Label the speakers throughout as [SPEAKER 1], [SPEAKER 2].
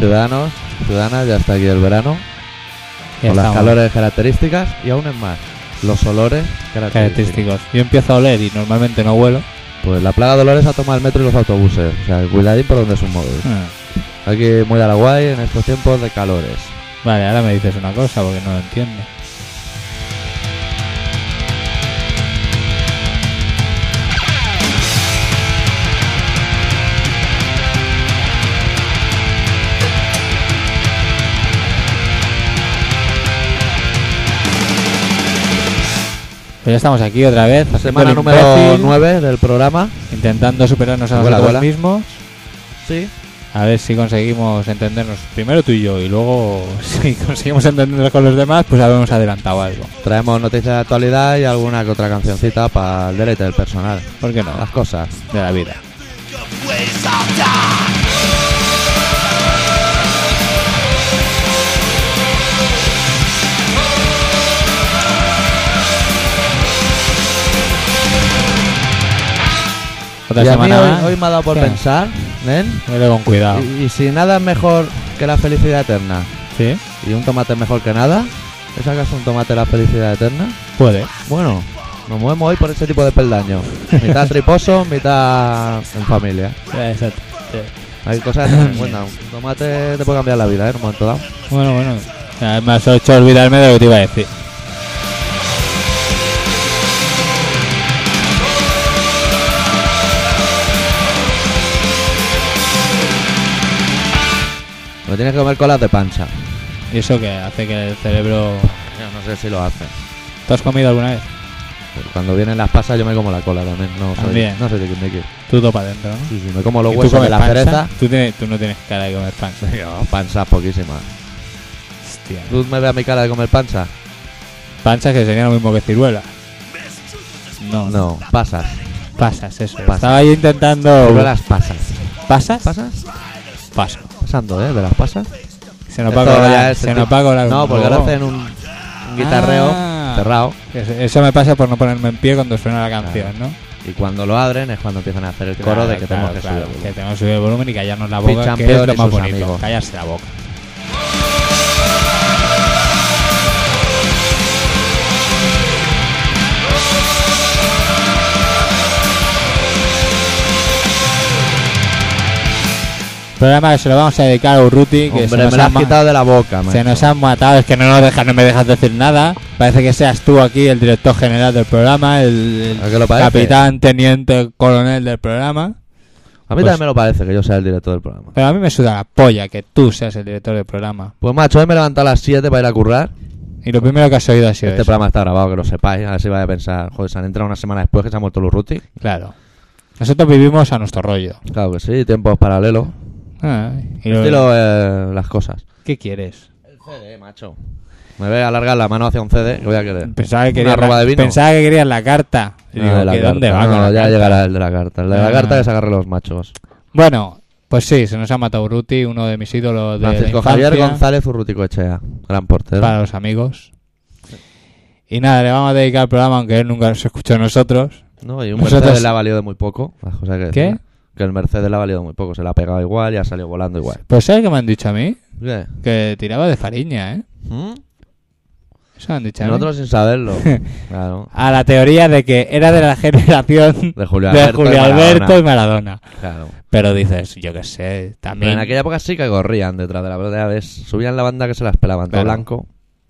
[SPEAKER 1] Ciudadanos, ciudadanas, ya está aquí el verano.
[SPEAKER 2] Ya
[SPEAKER 1] con las
[SPEAKER 2] estamos.
[SPEAKER 1] calores características y aún es más, los olores característicos.
[SPEAKER 2] característicos. Yo empiezo a oler y normalmente no vuelo.
[SPEAKER 1] Pues la plaga de olores ha tomado el metro y los autobuses. O sea, cuidadín por donde es un móvil.
[SPEAKER 2] Ah,
[SPEAKER 1] Hay que ir muy a la guay en estos tiempos de calores.
[SPEAKER 2] Vale, ahora me dices una cosa porque no lo entiendo. Pues ya estamos aquí otra vez, haciendo
[SPEAKER 1] Semana
[SPEAKER 2] el
[SPEAKER 1] número
[SPEAKER 2] imbécil,
[SPEAKER 1] 9 del programa.
[SPEAKER 2] intentando superarnos a
[SPEAKER 1] Vuela, vuela.
[SPEAKER 2] nosotros mismos.
[SPEAKER 1] Sí.
[SPEAKER 2] A ver si conseguimos entendernos primero tú y yo y luego si conseguimos entendernos con los demás, pues habremos adelantado algo.
[SPEAKER 1] Traemos noticias de actualidad y alguna que otra cancioncita para el deleite del personal.
[SPEAKER 2] ¿Por qué no?
[SPEAKER 1] Las cosas.
[SPEAKER 2] De la vida. Otra
[SPEAKER 1] y a mí
[SPEAKER 2] semana
[SPEAKER 1] hoy,
[SPEAKER 2] más.
[SPEAKER 1] hoy me ha dado por
[SPEAKER 2] ¿Qué?
[SPEAKER 1] pensar, nen,
[SPEAKER 2] Vele con cuidado.
[SPEAKER 1] y, y si nada es mejor que la felicidad eterna
[SPEAKER 2] ¿Sí?
[SPEAKER 1] y un tomate es mejor que nada, ¿es acaso un tomate la felicidad eterna?
[SPEAKER 2] Puede.
[SPEAKER 1] Bueno, nos movemos hoy por ese tipo de peldaño. mitad triposo, mitad en familia.
[SPEAKER 2] Exacto.
[SPEAKER 1] Hay cosas que tener en cuenta. Un tomate te puede cambiar la vida, ¿eh? En un momento dado.
[SPEAKER 2] Bueno, bueno. Ya Me has hecho olvidarme de lo que te iba a decir.
[SPEAKER 1] Lo tienes que comer con las de pancha.
[SPEAKER 2] Y eso que hace que el cerebro...
[SPEAKER 1] Yo no sé si lo hacen.
[SPEAKER 2] ¿Tú has comido alguna vez?
[SPEAKER 1] Pero cuando vienen las pasas yo me como la cola también. No soy,
[SPEAKER 2] También.
[SPEAKER 1] No soy de quien me quiere.
[SPEAKER 2] Tú todo para adentro, ¿no?
[SPEAKER 1] Sí, sí, me como
[SPEAKER 2] ¿Y
[SPEAKER 1] los
[SPEAKER 2] tú
[SPEAKER 1] huesos de
[SPEAKER 2] comes
[SPEAKER 1] la
[SPEAKER 2] panza?
[SPEAKER 1] cereza.
[SPEAKER 2] Tú, tienes- tú no tienes cara de comer panza.
[SPEAKER 1] No, panzas poquísimas.
[SPEAKER 2] Hostia.
[SPEAKER 1] ¿Tú me ves a mi cara de comer panza?
[SPEAKER 2] Panchas que sería lo mismo que ciruela. No,
[SPEAKER 1] No, pasas.
[SPEAKER 2] Pasas, eso.
[SPEAKER 1] Pasas.
[SPEAKER 2] Estaba yo intentando.
[SPEAKER 1] Pero las pasas.
[SPEAKER 2] ¿Pasas?
[SPEAKER 1] ¿Pasas?
[SPEAKER 2] Paso.
[SPEAKER 1] Pasando, ¿eh? De las pasas.
[SPEAKER 2] Se nos va a
[SPEAKER 1] Esto
[SPEAKER 2] cobrar-
[SPEAKER 1] ya es
[SPEAKER 2] Se
[SPEAKER 1] el
[SPEAKER 2] nos
[SPEAKER 1] tipo-
[SPEAKER 2] va a cobrar
[SPEAKER 1] No,
[SPEAKER 2] un
[SPEAKER 1] porque ahora
[SPEAKER 2] huevo.
[SPEAKER 1] hacen un, un guitarreo
[SPEAKER 2] Ah.
[SPEAKER 1] cerrado.
[SPEAKER 2] Eso- Eso me pasa por no ponerme en pie cuando suena la canción, ¿no?
[SPEAKER 1] Y cuando lo abren es cuando empiezan a hacer el coro de que
[SPEAKER 2] Claro,
[SPEAKER 1] tenemos que
[SPEAKER 2] claro,
[SPEAKER 1] subir.
[SPEAKER 2] que tenemos que subir el volumen y callarnos la
[SPEAKER 1] Pete
[SPEAKER 2] boca, que
[SPEAKER 1] Champion
[SPEAKER 2] es lo
[SPEAKER 1] y
[SPEAKER 2] más
[SPEAKER 1] sus
[SPEAKER 2] bonito.
[SPEAKER 1] amigos.
[SPEAKER 2] Callarse la boca. Programa que se lo vamos a dedicar a Urruti, que se
[SPEAKER 1] Hombre,
[SPEAKER 2] nos,
[SPEAKER 1] me lo
[SPEAKER 2] ha
[SPEAKER 1] has
[SPEAKER 2] ma-
[SPEAKER 1] quitado de la boca,
[SPEAKER 2] se
[SPEAKER 1] macho.
[SPEAKER 2] nos han matado, es que no nos dejas, no me dejas decir nada. Parece que seas tú aquí el director general del programa, el, el
[SPEAKER 1] ¿A qué lo parece?
[SPEAKER 2] capitán, teniente, coronel del programa.
[SPEAKER 1] A mí
[SPEAKER 2] Pues
[SPEAKER 1] también me lo parece que yo sea el director del programa.
[SPEAKER 2] Pero a mí me suda la polla que tú seas el director del programa.
[SPEAKER 1] Pues macho, hoy me he levantado a las 7 para ir a currar.
[SPEAKER 2] Y lo primero que has oído ha sido
[SPEAKER 1] Este
[SPEAKER 2] eso.
[SPEAKER 1] programa está grabado, que lo sepáis. A ver si vais a pensar, joder, se han entrado una semana después que se ha muerto Lurruti.
[SPEAKER 2] Claro. Nosotros vivimos a nuestro rollo.
[SPEAKER 1] Claro que sí, tiempos paralelos.
[SPEAKER 2] Ah, y lo-
[SPEAKER 1] Estilo eh, las cosas.
[SPEAKER 2] ¿Qué quieres?
[SPEAKER 1] El CD, macho. Me voy a alargar la mano hacia un CD, que voy a querer.
[SPEAKER 2] Pensaba que
[SPEAKER 1] Una
[SPEAKER 2] querías
[SPEAKER 1] arroba
[SPEAKER 2] la,
[SPEAKER 1] de vino.
[SPEAKER 2] pensaba que querías la carta. Y
[SPEAKER 1] No,
[SPEAKER 2] digo,
[SPEAKER 1] Ah, de la
[SPEAKER 2] ¿qué-
[SPEAKER 1] carta.
[SPEAKER 2] ¿Dónde va?
[SPEAKER 1] No,
[SPEAKER 2] con la
[SPEAKER 1] ya
[SPEAKER 2] carta?
[SPEAKER 1] llegará el de la carta. El de la
[SPEAKER 2] Ah.
[SPEAKER 1] carta que se agarre los machos.
[SPEAKER 2] Bueno, pues sí, se nos ha matado Urruti, uno de mis ídolos de la
[SPEAKER 1] Francisco Javier
[SPEAKER 2] infancia,
[SPEAKER 1] González Urrutico Echea, gran portero.
[SPEAKER 2] para los amigos. Y nada, le vamos a dedicar el programa, aunque él nunca nos escuchó a nosotros.
[SPEAKER 1] No, y un
[SPEAKER 2] Nosotros-
[SPEAKER 1] Mercedes le ha valido de muy poco. las cosas que
[SPEAKER 2] ¿Qué?
[SPEAKER 1] decir. Que el Mercedes le ha valido de muy poco. Se le ha pegado igual y ha salido volando igual.
[SPEAKER 2] Pues ¿sabes qué me han dicho a mí?
[SPEAKER 1] ¿Qué?
[SPEAKER 2] Que tiraba de fariña, ¿eh?
[SPEAKER 1] ¿Mm?
[SPEAKER 2] Eso me han dicho a mí.
[SPEAKER 1] Nosotros sin saberlo. claro.
[SPEAKER 2] a la teoría de que era de la generación
[SPEAKER 1] De Julio
[SPEAKER 2] de
[SPEAKER 1] Alberto. y
[SPEAKER 2] Julio
[SPEAKER 1] Maradona.
[SPEAKER 2] Alberto y Maradona.
[SPEAKER 1] Claro.
[SPEAKER 2] Pero dices, yo qué sé,
[SPEAKER 1] Pero en
[SPEAKER 2] también.
[SPEAKER 1] aquella época sí que corrían detrás de la pelota. ya ves, Subían la banda que se las pelaban. Todo
[SPEAKER 2] Claro.
[SPEAKER 1] blanco,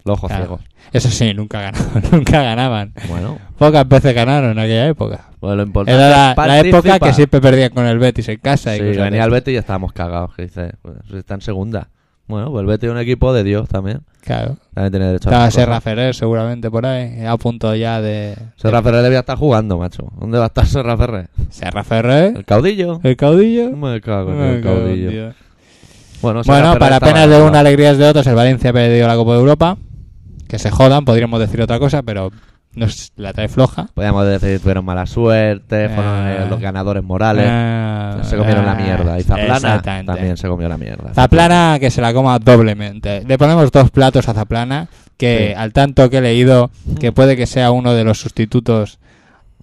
[SPEAKER 1] los ojos
[SPEAKER 2] Claro.
[SPEAKER 1] ciegos.
[SPEAKER 2] Eso sí, nunca ganaban, nunca ganaban.
[SPEAKER 1] Bueno,
[SPEAKER 2] Pocas veces ganaron en aquella época.
[SPEAKER 1] pues lo importante
[SPEAKER 2] Era la,
[SPEAKER 1] es
[SPEAKER 2] la época
[SPEAKER 1] participar.
[SPEAKER 2] que siempre perdían con el Betis en casa. y
[SPEAKER 1] Sí,
[SPEAKER 2] cosas
[SPEAKER 1] que
[SPEAKER 2] de
[SPEAKER 1] venía el
[SPEAKER 2] esas.
[SPEAKER 1] Betis y ya estábamos cagados. Que dice, bueno, si está en segunda. Bueno, pues el Betis es un equipo de Dios también.
[SPEAKER 2] Claro.
[SPEAKER 1] También tiene derecho a
[SPEAKER 2] Estaba
[SPEAKER 1] las cosas.
[SPEAKER 2] Serra Ferrer seguramente por ahí, a punto ya de...
[SPEAKER 1] Serra Ferrer debía estar jugando, macho. ¿Dónde va a estar Serra Ferrer?
[SPEAKER 2] Serra Ferrer,
[SPEAKER 1] ¿El caudillo?
[SPEAKER 2] el caudillo.
[SPEAKER 1] Me cago en
[SPEAKER 2] Me
[SPEAKER 1] el
[SPEAKER 2] Eh. cago en
[SPEAKER 1] caudillo.
[SPEAKER 2] Dios.
[SPEAKER 1] Bueno, Serra
[SPEAKER 2] Bueno,
[SPEAKER 1] Ferrer
[SPEAKER 2] para
[SPEAKER 1] estaba
[SPEAKER 2] penas de
[SPEAKER 1] enamorado.
[SPEAKER 2] una, alegrías de otros, el Valencia ha perdido la Copa de Europa. Que se jodan, podríamos decir otra cosa, pero nos la trae floja.
[SPEAKER 1] Podríamos decir, tuvieron mala suerte, fueron
[SPEAKER 2] Ah.
[SPEAKER 1] eh, los ganadores morales.
[SPEAKER 2] Ah,
[SPEAKER 1] se comieron la
[SPEAKER 2] ah,
[SPEAKER 1] mierda. Y Zaplana
[SPEAKER 2] exactamente.
[SPEAKER 1] también se comió la mierda.
[SPEAKER 2] Zaplana que se la coma doblemente. Le ponemos dos platos a Zaplana, que
[SPEAKER 1] Sí.
[SPEAKER 2] al tanto que he leído, que puede que sea uno de los sustitutos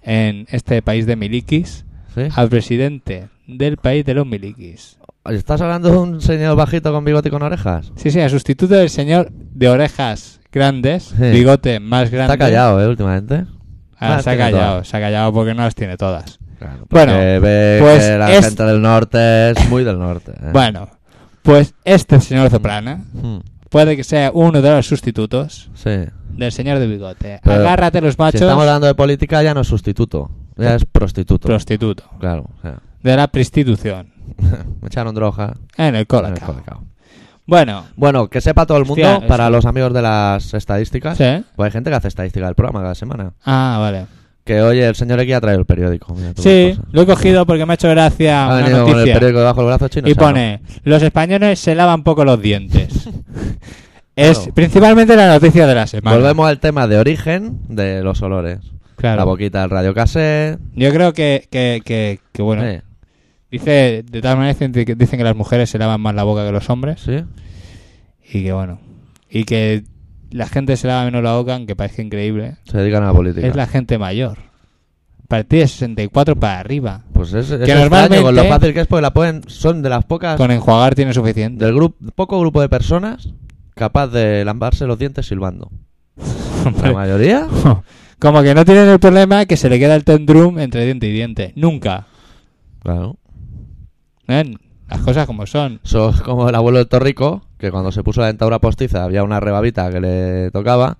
[SPEAKER 2] en este país de milikis,
[SPEAKER 1] ¿Sí?
[SPEAKER 2] al presidente del país de los milikis.
[SPEAKER 1] ¿Estás hablando de un señor bajito con bigote y con orejas?
[SPEAKER 2] Sí, sí, el sustituto del señor de orejas grandes,
[SPEAKER 1] Sí.
[SPEAKER 2] bigote más grande.
[SPEAKER 1] Está callado, ¿eh? Últimamente.
[SPEAKER 2] Ah,
[SPEAKER 1] Las
[SPEAKER 2] se ha
[SPEAKER 1] tiene
[SPEAKER 2] callado,
[SPEAKER 1] todas.
[SPEAKER 2] se ha callado porque no las tiene todas.
[SPEAKER 1] Claro,
[SPEAKER 2] Bueno,
[SPEAKER 1] porque ve
[SPEAKER 2] pues
[SPEAKER 1] que la
[SPEAKER 2] es-
[SPEAKER 1] gente del norte es muy del norte. ¿eh?
[SPEAKER 2] Bueno, pues este señor Soprana
[SPEAKER 1] Hmm,
[SPEAKER 2] puede que sea uno de los sustitutos
[SPEAKER 1] sí.
[SPEAKER 2] del señor de bigote.
[SPEAKER 1] Pero
[SPEAKER 2] Agárrate los machos,
[SPEAKER 1] Si estamos hablando de política, ya no es sustituto. Ya es prostituto.
[SPEAKER 2] prostituto,
[SPEAKER 1] claro. o sea,
[SPEAKER 2] de la prostitución
[SPEAKER 1] me echaron droga.
[SPEAKER 2] en el
[SPEAKER 1] en el
[SPEAKER 2] Colacao.
[SPEAKER 1] colacao.
[SPEAKER 2] Bueno,
[SPEAKER 1] Bueno, que sepa todo el mundo,
[SPEAKER 2] Hostia,
[SPEAKER 1] para
[SPEAKER 2] eso.
[SPEAKER 1] los amigos de las estadísticas,
[SPEAKER 2] ¿sí?
[SPEAKER 1] pues hay gente que hace estadística del programa cada semana.
[SPEAKER 2] Ah, vale.
[SPEAKER 1] Que oye, el señor aquí ha traído el periódico. mira tú qué
[SPEAKER 2] Sí,
[SPEAKER 1] Pues cosa.
[SPEAKER 2] lo he cogido porque me ha hecho gracia
[SPEAKER 1] Ha
[SPEAKER 2] una
[SPEAKER 1] venido con el
[SPEAKER 2] noticia.
[SPEAKER 1] periódico debajo del brazo chino.
[SPEAKER 2] y
[SPEAKER 1] o sea,
[SPEAKER 2] pone, los españoles se lavan poco los dientes. es
[SPEAKER 1] Claro.
[SPEAKER 2] principalmente la noticia de la
[SPEAKER 1] no.
[SPEAKER 2] semana.
[SPEAKER 1] Volvemos al tema de origen de los olores.
[SPEAKER 2] Claro.
[SPEAKER 1] La boquita del radio cassette.
[SPEAKER 2] Yo creo que, que, que, que, bueno,
[SPEAKER 1] eh,
[SPEAKER 2] dice, de tal manera dicen que dicen que las mujeres se lavan más la boca que los hombres
[SPEAKER 1] ¿Sí?
[SPEAKER 2] y que bueno, y que la gente se lava menos la boca, aunque parece increíble,
[SPEAKER 1] Se dedican a la política.
[SPEAKER 2] es la gente mayor. A partir de 64 para arriba.
[SPEAKER 1] Pues es, es
[SPEAKER 2] Que
[SPEAKER 1] extraño
[SPEAKER 2] normalmente-
[SPEAKER 1] con lo fácil que es porque la pueden, son de las pocas,
[SPEAKER 2] Con enjuagar tiene suficiente.
[SPEAKER 1] del grupo, poco grupo de personas capaz de lambarse los dientes silbando. La mayoría,
[SPEAKER 2] Como que no tienen el problema que se le queda el tendrum entre diente y diente. Nunca.
[SPEAKER 1] claro.
[SPEAKER 2] ¿eh? Las cosas como son.
[SPEAKER 1] Eso es como el abuelo del Torrico, que cuando se puso la dentadura postiza había una rebabita que le tocaba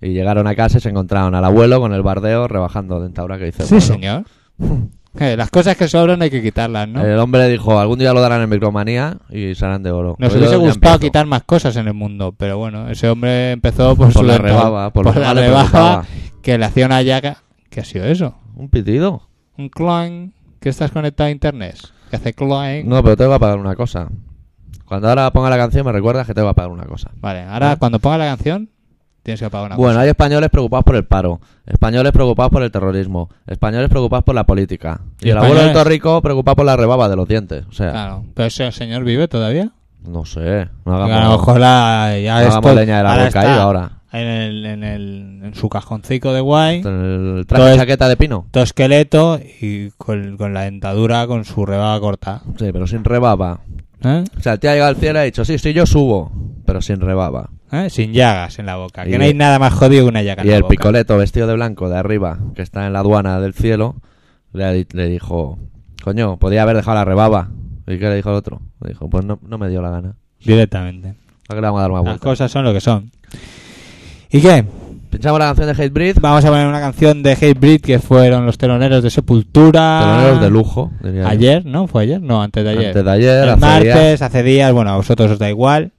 [SPEAKER 1] y llegaron a casa y se encontraron al abuelo con el bardeo rebajando dentadura que dice. el
[SPEAKER 2] Sí,
[SPEAKER 1] abuelo.
[SPEAKER 2] señor. Eh, las cosas que sobran hay que quitarlas, ¿no?
[SPEAKER 1] El hombre dijo, algún día lo darán en micromanía y serán de oro.
[SPEAKER 2] Nos
[SPEAKER 1] Pues
[SPEAKER 2] hubiese
[SPEAKER 1] yo ya
[SPEAKER 2] gustado
[SPEAKER 1] empiezo.
[SPEAKER 2] quitar más cosas en el mundo, pero bueno, ese hombre empezó por,
[SPEAKER 1] por,
[SPEAKER 2] su
[SPEAKER 1] la
[SPEAKER 2] lenta-
[SPEAKER 1] rebaba, por, lo
[SPEAKER 2] la
[SPEAKER 1] mal que
[SPEAKER 2] rebaba
[SPEAKER 1] empezaba.
[SPEAKER 2] que le hacía una llaga. ¿Qué ha sido eso?
[SPEAKER 1] Un pitido.
[SPEAKER 2] Un clang que estás conectado a internet. Que hace clang.
[SPEAKER 1] No, pero tengo que pagar una cosa. Cuando ahora ponga la canción me recuerdas que tengo que pagar una cosa.
[SPEAKER 2] Vale, ahora
[SPEAKER 1] Ah.
[SPEAKER 2] cuando ponga la canción tienes que apagar una
[SPEAKER 1] bueno, hay españoles preocupados por el paro, españoles preocupados por el terrorismo, españoles preocupados por la política. Y,
[SPEAKER 2] Y
[SPEAKER 1] el abuelo de
[SPEAKER 2] españoles- Ah.
[SPEAKER 1] Torrico preocupado por la rebaba de los dientes. O sea,
[SPEAKER 2] cosa. Claro, pero ese señor vive todavía.
[SPEAKER 1] no sé. No
[SPEAKER 2] Porque a lo
[SPEAKER 1] hagamos,
[SPEAKER 2] mejor la,
[SPEAKER 1] no
[SPEAKER 2] ya
[SPEAKER 1] hagamos
[SPEAKER 2] esto-
[SPEAKER 1] leña del árbol
[SPEAKER 2] está
[SPEAKER 1] caído ahora.
[SPEAKER 2] En, el, en, el, en su cajoncico de guay,
[SPEAKER 1] El traje
[SPEAKER 2] Todo es-
[SPEAKER 1] chaqueta de pino.
[SPEAKER 2] todo esqueleto y con, con la dentadura, con su rebaba corta.
[SPEAKER 1] Sí, pero sin rebaba.
[SPEAKER 2] ¿Eh?
[SPEAKER 1] O sea, el tío ha llegado al cielo y ha dicho, sí, sí, yo subo, pero sin rebaba.
[SPEAKER 2] ¿Eh? Sin llagas en la boca.
[SPEAKER 1] Y
[SPEAKER 2] Que no
[SPEAKER 1] el-
[SPEAKER 2] hay nada más jodido que una llaga en
[SPEAKER 1] Y
[SPEAKER 2] la
[SPEAKER 1] el
[SPEAKER 2] boca.
[SPEAKER 1] picoleto vestido de blanco de arriba, que está en la aduana del cielo, le, ha di- le dijo, coño, podía haber dejado la rebaba. ¿Y qué le dijo el otro? Le dijo, pues no, no me dio la gana.
[SPEAKER 2] Directamente.
[SPEAKER 1] ¿A qué le vamos a dar más
[SPEAKER 2] Las
[SPEAKER 1] vueltas?
[SPEAKER 2] cosas son lo que son. ¿Y qué?
[SPEAKER 1] Pinchamos la canción de Hatebreed,
[SPEAKER 2] Vamos a poner una canción de Hatebreed que fueron los teloneros de Sepultura.
[SPEAKER 1] teloneros de lujo, diría yo.
[SPEAKER 2] Ayer, ¿no? ¿Fue ayer? No, antes de ayer.
[SPEAKER 1] Antes de ayer,
[SPEAKER 2] el
[SPEAKER 1] hace
[SPEAKER 2] martes,
[SPEAKER 1] días,
[SPEAKER 2] hace días, bueno, a vosotros os da igual.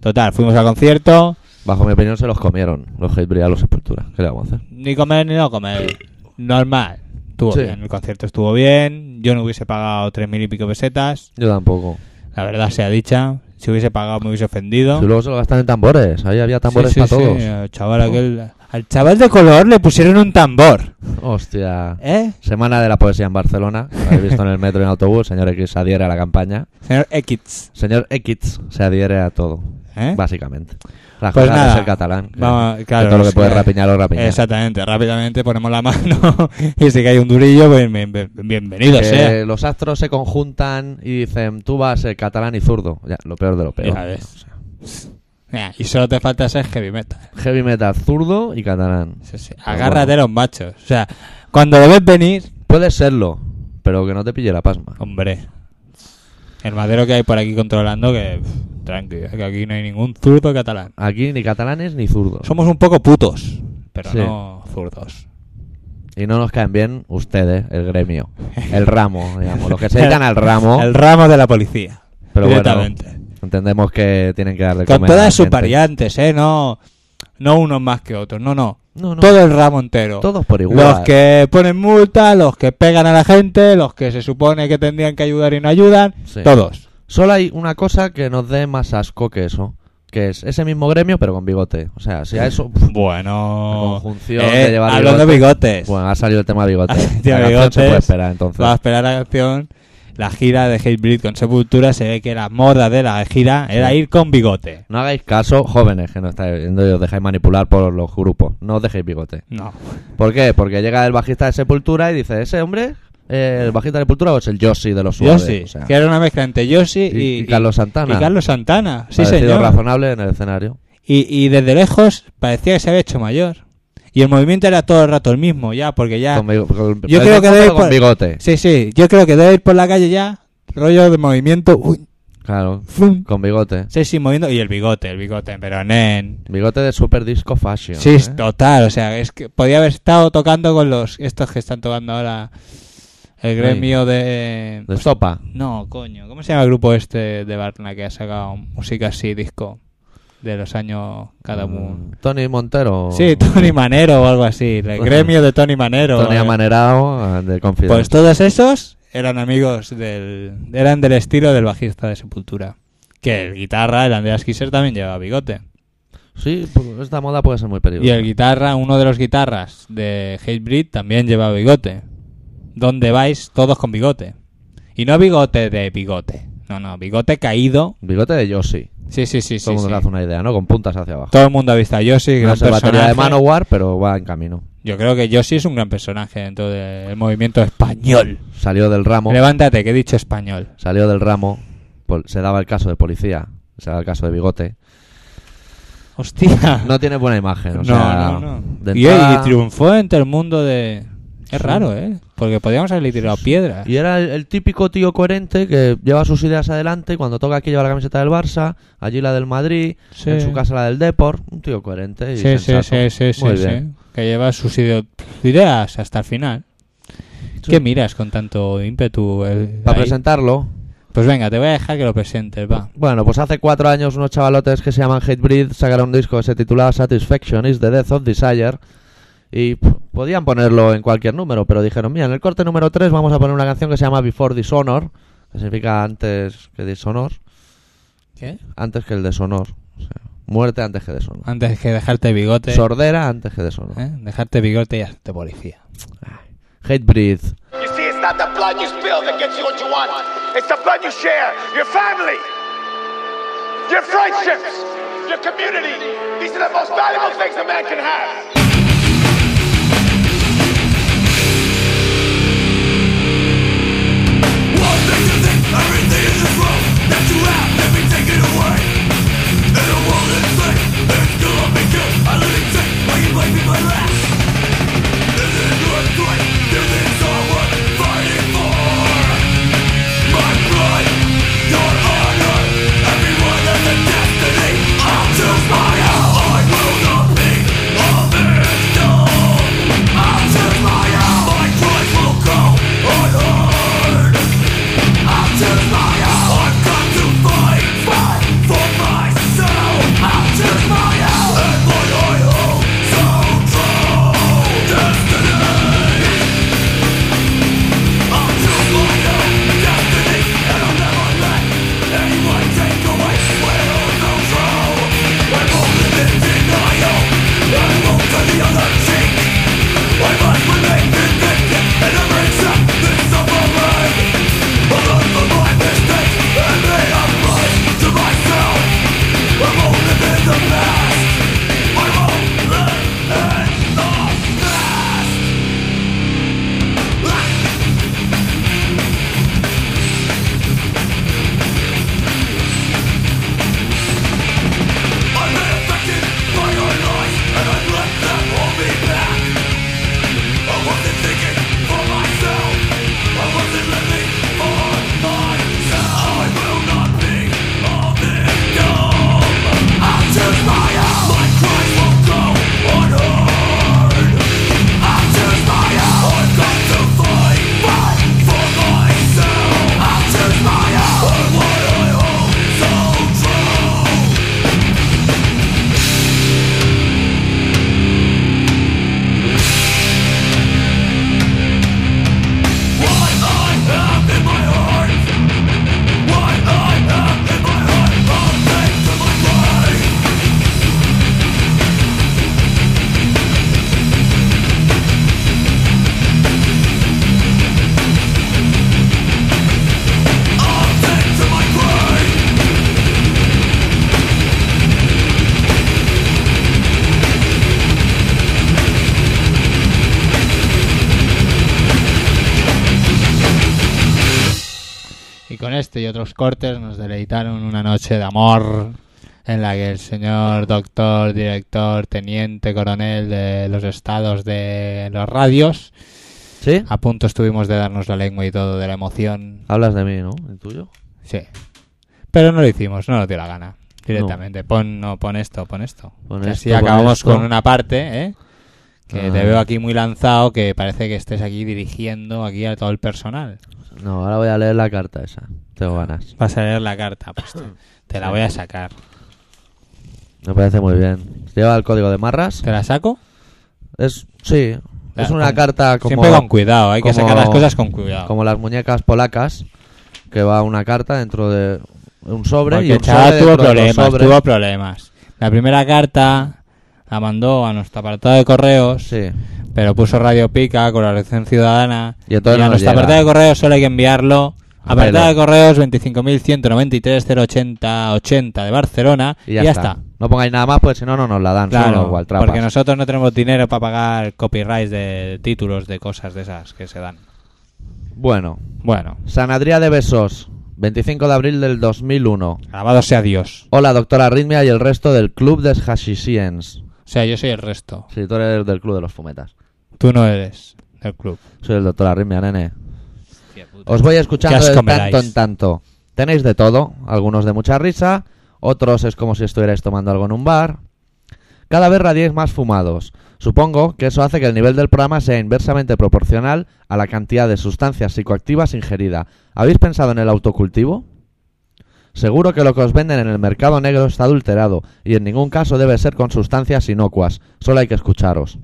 [SPEAKER 2] Total, fuimos al concierto.
[SPEAKER 1] bajo mi opinión, se los comieron los Hatebreed a los Sepultura. ¿Qué le vamos a hacer?
[SPEAKER 2] Ni comer ni no comer. Normal. Estuvo
[SPEAKER 1] Sí.
[SPEAKER 2] bien, el concierto estuvo bien. Yo no hubiese pagado tres mil y pico pesetas.
[SPEAKER 1] Yo tampoco.
[SPEAKER 2] La verdad sea dicha. Si hubiese pagado me hubiese ofendido.
[SPEAKER 1] Y luego se lo gastan en tambores, ahí había tambores
[SPEAKER 2] Sí, sí,
[SPEAKER 1] para todos.
[SPEAKER 2] sí, al chaval aquel- al chaval de color le pusieron un tambor.
[SPEAKER 1] Hostia.
[SPEAKER 2] ¿Eh?
[SPEAKER 1] Semana de la poesía en Barcelona. Lo habéis visto en el metro y en el autobús. Señor X se adhiere a la campaña.
[SPEAKER 2] Señor X.
[SPEAKER 1] Señor X se adhiere a todo,
[SPEAKER 2] ¿eh?
[SPEAKER 1] básicamente. La
[SPEAKER 2] Pues
[SPEAKER 1] cosa de
[SPEAKER 2] nada.
[SPEAKER 1] ser catalán. que-
[SPEAKER 2] Vamos,
[SPEAKER 1] que
[SPEAKER 2] claro,
[SPEAKER 1] todo lo que
[SPEAKER 2] es-
[SPEAKER 1] puede
[SPEAKER 2] eh,
[SPEAKER 1] rapiñar lo rapiñar.
[SPEAKER 2] Exactamente, rápidamente ponemos la mano y si cae un durillo, pues bien- bien- bienvenido sea.
[SPEAKER 1] Que los astros se conjuntan y dicen, tú vas a ser catalán y zurdo. Ya, lo peor de lo peor.
[SPEAKER 2] Ya ves.
[SPEAKER 1] O sea,
[SPEAKER 2] Nah, Y solo te falta ser heavy metal.
[SPEAKER 1] heavy metal, zurdo y catalán.
[SPEAKER 2] Sí, sí. Agárrate los machos. O sea, cuando lo ves venir,
[SPEAKER 1] Puede serlo, pero que no te pille la pasma.
[SPEAKER 2] hombre, el madero que hay por aquí controlando, que pff, tranqui, eh, que aquí no hay ningún zurdo catalán.
[SPEAKER 1] Aquí ni catalanes ni zurdos.
[SPEAKER 2] Somos un poco putos, pero
[SPEAKER 1] Sí.
[SPEAKER 2] no zurdos.
[SPEAKER 1] Y no nos caen bien ustedes, el gremio. El ramo, digamos. Los que se dedican al ramo.
[SPEAKER 2] El ramo de la policía.
[SPEAKER 1] Pero bueno,
[SPEAKER 2] directamente.
[SPEAKER 1] Entendemos que tienen que dar de
[SPEAKER 2] Con
[SPEAKER 1] comer a la
[SPEAKER 2] todas sus
[SPEAKER 1] gente.
[SPEAKER 2] variantes, ¿eh? No, no unos más que otros, no, no.
[SPEAKER 1] No, no,
[SPEAKER 2] Todo el ramo entero.
[SPEAKER 1] Todos por igual.
[SPEAKER 2] Los que ponen multa, los que pegan a la gente, los que se supone que tendrían que ayudar y no ayudan,
[SPEAKER 1] Sí.
[SPEAKER 2] todos.
[SPEAKER 1] Solo hay una cosa que nos dé más asco que eso. Que es ese mismo gremio, pero con bigote. O sea, si a eso. pues, pf, la
[SPEAKER 2] Bueno,
[SPEAKER 1] conjunción
[SPEAKER 2] eh,
[SPEAKER 1] de llevar
[SPEAKER 2] hablando de
[SPEAKER 1] bigote.
[SPEAKER 2] bigotes,
[SPEAKER 1] Bueno, ha salido el tema bigote.
[SPEAKER 2] Ah, tiene
[SPEAKER 1] la canción se
[SPEAKER 2] bigotes.
[SPEAKER 1] puede esperar, entonces.
[SPEAKER 2] va a esperar la canción. La gira de Hatebreed con Sepultura se ve que la moda de la gira era
[SPEAKER 1] Sí.
[SPEAKER 2] ir con bigote.
[SPEAKER 1] No hagáis caso, jóvenes, que no estáis no os dejáis manipular por los grupos. No os dejéis bigote.
[SPEAKER 2] No,
[SPEAKER 1] ¿Por qué? Porque llega el bajista de Sepultura y dice: Ese hombre eh, el bajista de Sepultura o es el Yossi de los suaves?
[SPEAKER 2] Yossi,
[SPEAKER 1] O sea,
[SPEAKER 2] que era una mezcla entre Yossi y,
[SPEAKER 1] y, y Carlos Santana.
[SPEAKER 2] y Carlos Santana, sí
[SPEAKER 1] Parecido
[SPEAKER 2] señor.
[SPEAKER 1] razonable en el escenario.
[SPEAKER 2] Y, y desde lejos parecía que se había hecho mayor. Y el movimiento era todo el rato el mismo ya, porque ya...
[SPEAKER 1] Con bigo- con-
[SPEAKER 2] Yo
[SPEAKER 1] pero
[SPEAKER 2] creo que
[SPEAKER 1] con
[SPEAKER 2] debe
[SPEAKER 1] con
[SPEAKER 2] por-
[SPEAKER 1] bigote.
[SPEAKER 2] Sí, sí, yo creo que debe ir por la calle ya, rollo de movimiento... uy,
[SPEAKER 1] Claro,
[SPEAKER 2] fum.
[SPEAKER 1] con bigote.
[SPEAKER 2] Sí, sí, moviendo... Y el bigote, el bigote, pero nen...
[SPEAKER 1] Bigote de super disco fashion.
[SPEAKER 2] Sí,
[SPEAKER 1] ¿eh?
[SPEAKER 2] es total, o sea, es que podía haber estado tocando con los... Estos que están tocando ahora el gremio de...
[SPEAKER 1] De sopa.
[SPEAKER 2] No, coño, ¿cómo se llama el grupo este de Barna que ha sacado música así, disco? De los años cada uno.
[SPEAKER 1] Mm, Tony Montero.
[SPEAKER 2] Sí, Tony Manero o algo así. El gremio de Tony Manero.
[SPEAKER 1] Tony
[SPEAKER 2] Eh,
[SPEAKER 1] Amanerado eh, de Confidence.
[SPEAKER 2] Pues todos esos eran amigos del. eran del estilo del bajista de Sepultura. Que el guitarra, el Andreas Kisser, también llevaba bigote.
[SPEAKER 1] Sí, pu- esta moda puede ser muy
[SPEAKER 2] Y
[SPEAKER 1] peligrosa.
[SPEAKER 2] el guitarra, uno de los guitarras de Hatebreed, también llevaba bigote. Donde vais todos con bigote. Y no bigote de bigote. No, no, bigote caído.
[SPEAKER 1] Bigote de Yossi.
[SPEAKER 2] Sí, sí, sí,
[SPEAKER 1] Todo el mundo
[SPEAKER 2] sí, sí.
[SPEAKER 1] se hace una idea, ¿no? Con puntas hacia abajo.
[SPEAKER 2] Todo el mundo ha visto a Yoshi,
[SPEAKER 1] no
[SPEAKER 2] gran
[SPEAKER 1] es el batería
[SPEAKER 2] personaje.
[SPEAKER 1] de Manowar, pero va en camino.
[SPEAKER 2] Yo creo que Yoshi es un gran personaje dentro del movimiento español.
[SPEAKER 1] Salió del ramo.
[SPEAKER 2] Levántate, que he dicho español.
[SPEAKER 1] Salió del ramo. pol- Se daba el caso de policía. Se daba el caso de bigote.
[SPEAKER 2] Hostia.
[SPEAKER 1] No tiene buena imagen.
[SPEAKER 2] No,
[SPEAKER 1] O sea,
[SPEAKER 2] no, no.
[SPEAKER 1] de
[SPEAKER 2] Y, oye, y
[SPEAKER 1] entrada-
[SPEAKER 2] triunfó entre el mundo de...
[SPEAKER 1] Sí.
[SPEAKER 2] Es raro, ¿eh? Porque podíamos haberle tirado piedras.
[SPEAKER 1] Y era el, el típico tío coherente que lleva sus ideas adelante. Cuando toca aquí, lleva la camiseta del Barça. Allí la del Madrid.
[SPEAKER 2] Sí.
[SPEAKER 1] En su casa la del Depor. Un tío coherente. Y
[SPEAKER 2] Sí, sí,
[SPEAKER 1] sensato.
[SPEAKER 2] sí, sí, sí,
[SPEAKER 1] Muy
[SPEAKER 2] sí.
[SPEAKER 1] bien.
[SPEAKER 2] Que lleva sus ide- ideas hasta el final.
[SPEAKER 1] Sí.
[SPEAKER 2] ¿Qué miras con tanto ímpetu? eh,
[SPEAKER 1] Para
[SPEAKER 2] ahí?
[SPEAKER 1] presentarlo.
[SPEAKER 2] Pues venga, te voy a dejar que lo presentes, va.
[SPEAKER 1] Bueno, pues hace cuatro años unos chavalotes que se llaman Hatebreed sacaron un disco que se titulaba Satisfaction is the Death of Desire. Y p- podían ponerlo en cualquier número, pero dijeron, mira, en el corte número 3 vamos a poner una canción que se llama Before Dishonor, que significa antes que dishonor,
[SPEAKER 2] ¿Qué?
[SPEAKER 1] antes que el deshonor. O sea, muerte antes que deshonor.
[SPEAKER 2] Antes que dejarte bigote...
[SPEAKER 1] Sordera antes que deshonor.
[SPEAKER 2] ¿eh? Dejarte bigote y hacerte policía.
[SPEAKER 1] Hatebreed.
[SPEAKER 3] You see, it's not the blood you spill that gets you what you want. It's the blood you share, your family, your friendships, your community. These are the most valuable things a man can have.
[SPEAKER 4] One thing to think, everything is just wrong That you have, let me take it away In a world that's sick, it's gonna be good I live in sick, why you might be my last Is it your great? Is this all worth fighting for? My pride, your honor Everyone has a destiny I'll choose my own I will not be a man
[SPEAKER 2] este y otros cortes nos deleitaron una noche de amor en la que el señor doctor, director, teniente, coronel de los estados de los radios,
[SPEAKER 1] ¿Sí?
[SPEAKER 2] a punto estuvimos de darnos la lengua y todo de la emoción.
[SPEAKER 1] Hablas de mí, ¿no? ¿El tuyo?
[SPEAKER 2] Sí. Pero no lo hicimos, no nos dio la gana. Directamente, pon, no, pon esto, pon esto.
[SPEAKER 1] Pon
[SPEAKER 2] Que
[SPEAKER 1] esto,
[SPEAKER 2] así
[SPEAKER 1] pon
[SPEAKER 2] acabamos
[SPEAKER 1] esto.
[SPEAKER 2] con una parte, ¿eh? Que te
[SPEAKER 1] Ah.
[SPEAKER 2] veo aquí muy lanzado, que parece que estés aquí dirigiendo aquí a todo el personal.
[SPEAKER 1] No, ahora voy a leer la carta esa. Tengo ganas.
[SPEAKER 2] Vas a leer la carta, pues te, te la voy a sacar.
[SPEAKER 1] Me parece muy bien. Lleva el código de marras.
[SPEAKER 2] ¿Te la saco?
[SPEAKER 1] Es, sí,
[SPEAKER 2] La-
[SPEAKER 1] es una
[SPEAKER 2] con-
[SPEAKER 1] carta como...
[SPEAKER 2] Siempre con cuidado, hay que
[SPEAKER 1] como-
[SPEAKER 2] sacar las cosas con cuidado.
[SPEAKER 1] como las muñecas polacas, que va una carta dentro de un sobre
[SPEAKER 2] Porque
[SPEAKER 1] y
[SPEAKER 2] el
[SPEAKER 1] un
[SPEAKER 2] chaval
[SPEAKER 1] sobre
[SPEAKER 2] tuvo
[SPEAKER 1] dentro de otro
[SPEAKER 2] problemas,
[SPEAKER 1] sobre.
[SPEAKER 2] tuvo problemas. La primera carta la mandó a nuestro apartado de correos,
[SPEAKER 1] Sí,
[SPEAKER 2] pero puso Radio Pica, Colaboración Ciudadana.
[SPEAKER 1] Y entonces no
[SPEAKER 2] a
[SPEAKER 1] nos
[SPEAKER 2] nuestro
[SPEAKER 1] llega.
[SPEAKER 2] apartado de correos solo hay que enviarlo.
[SPEAKER 1] A
[SPEAKER 2] Apartado de
[SPEAKER 1] Bailo.
[SPEAKER 2] correos 25.193.080.80 de Barcelona
[SPEAKER 1] y ya, está. No pongáis nada más, pues si no, no nos la dan. Claro,
[SPEAKER 2] Claro,
[SPEAKER 1] igual, trapas.
[SPEAKER 2] porque nosotros no tenemos dinero para pagar copyrights de títulos de cosas de esas que se dan.
[SPEAKER 1] Bueno,
[SPEAKER 2] Bueno,
[SPEAKER 1] San Adrián de Besos, 25 de abril del 2001.
[SPEAKER 2] alabado sea Dios.
[SPEAKER 1] Hola, doctora Arritmia y el resto del club de Hashisiens.
[SPEAKER 2] O sea, yo soy el resto.
[SPEAKER 1] Si tú eres del club de los fumetas.
[SPEAKER 2] Tú no eres del club.
[SPEAKER 1] Soy el doctor Arritmia, nene. Os voy escuchando
[SPEAKER 2] Qué
[SPEAKER 1] de
[SPEAKER 2] asco me
[SPEAKER 1] tanto
[SPEAKER 2] dais.
[SPEAKER 1] en tanto. Tenéis de todo, algunos de mucha risa, otros es como si estuvierais tomando algo en un bar. Cada vez radiáis más fumados. Supongo que eso hace que el nivel del programa sea inversamente proporcional a la cantidad de sustancias psicoactivas ingerida. ¿Habéis pensado en el autocultivo? Seguro que lo que os venden en el mercado negro está adulterado y en ningún caso debe ser con sustancias inocuas. Solo hay que escucharos.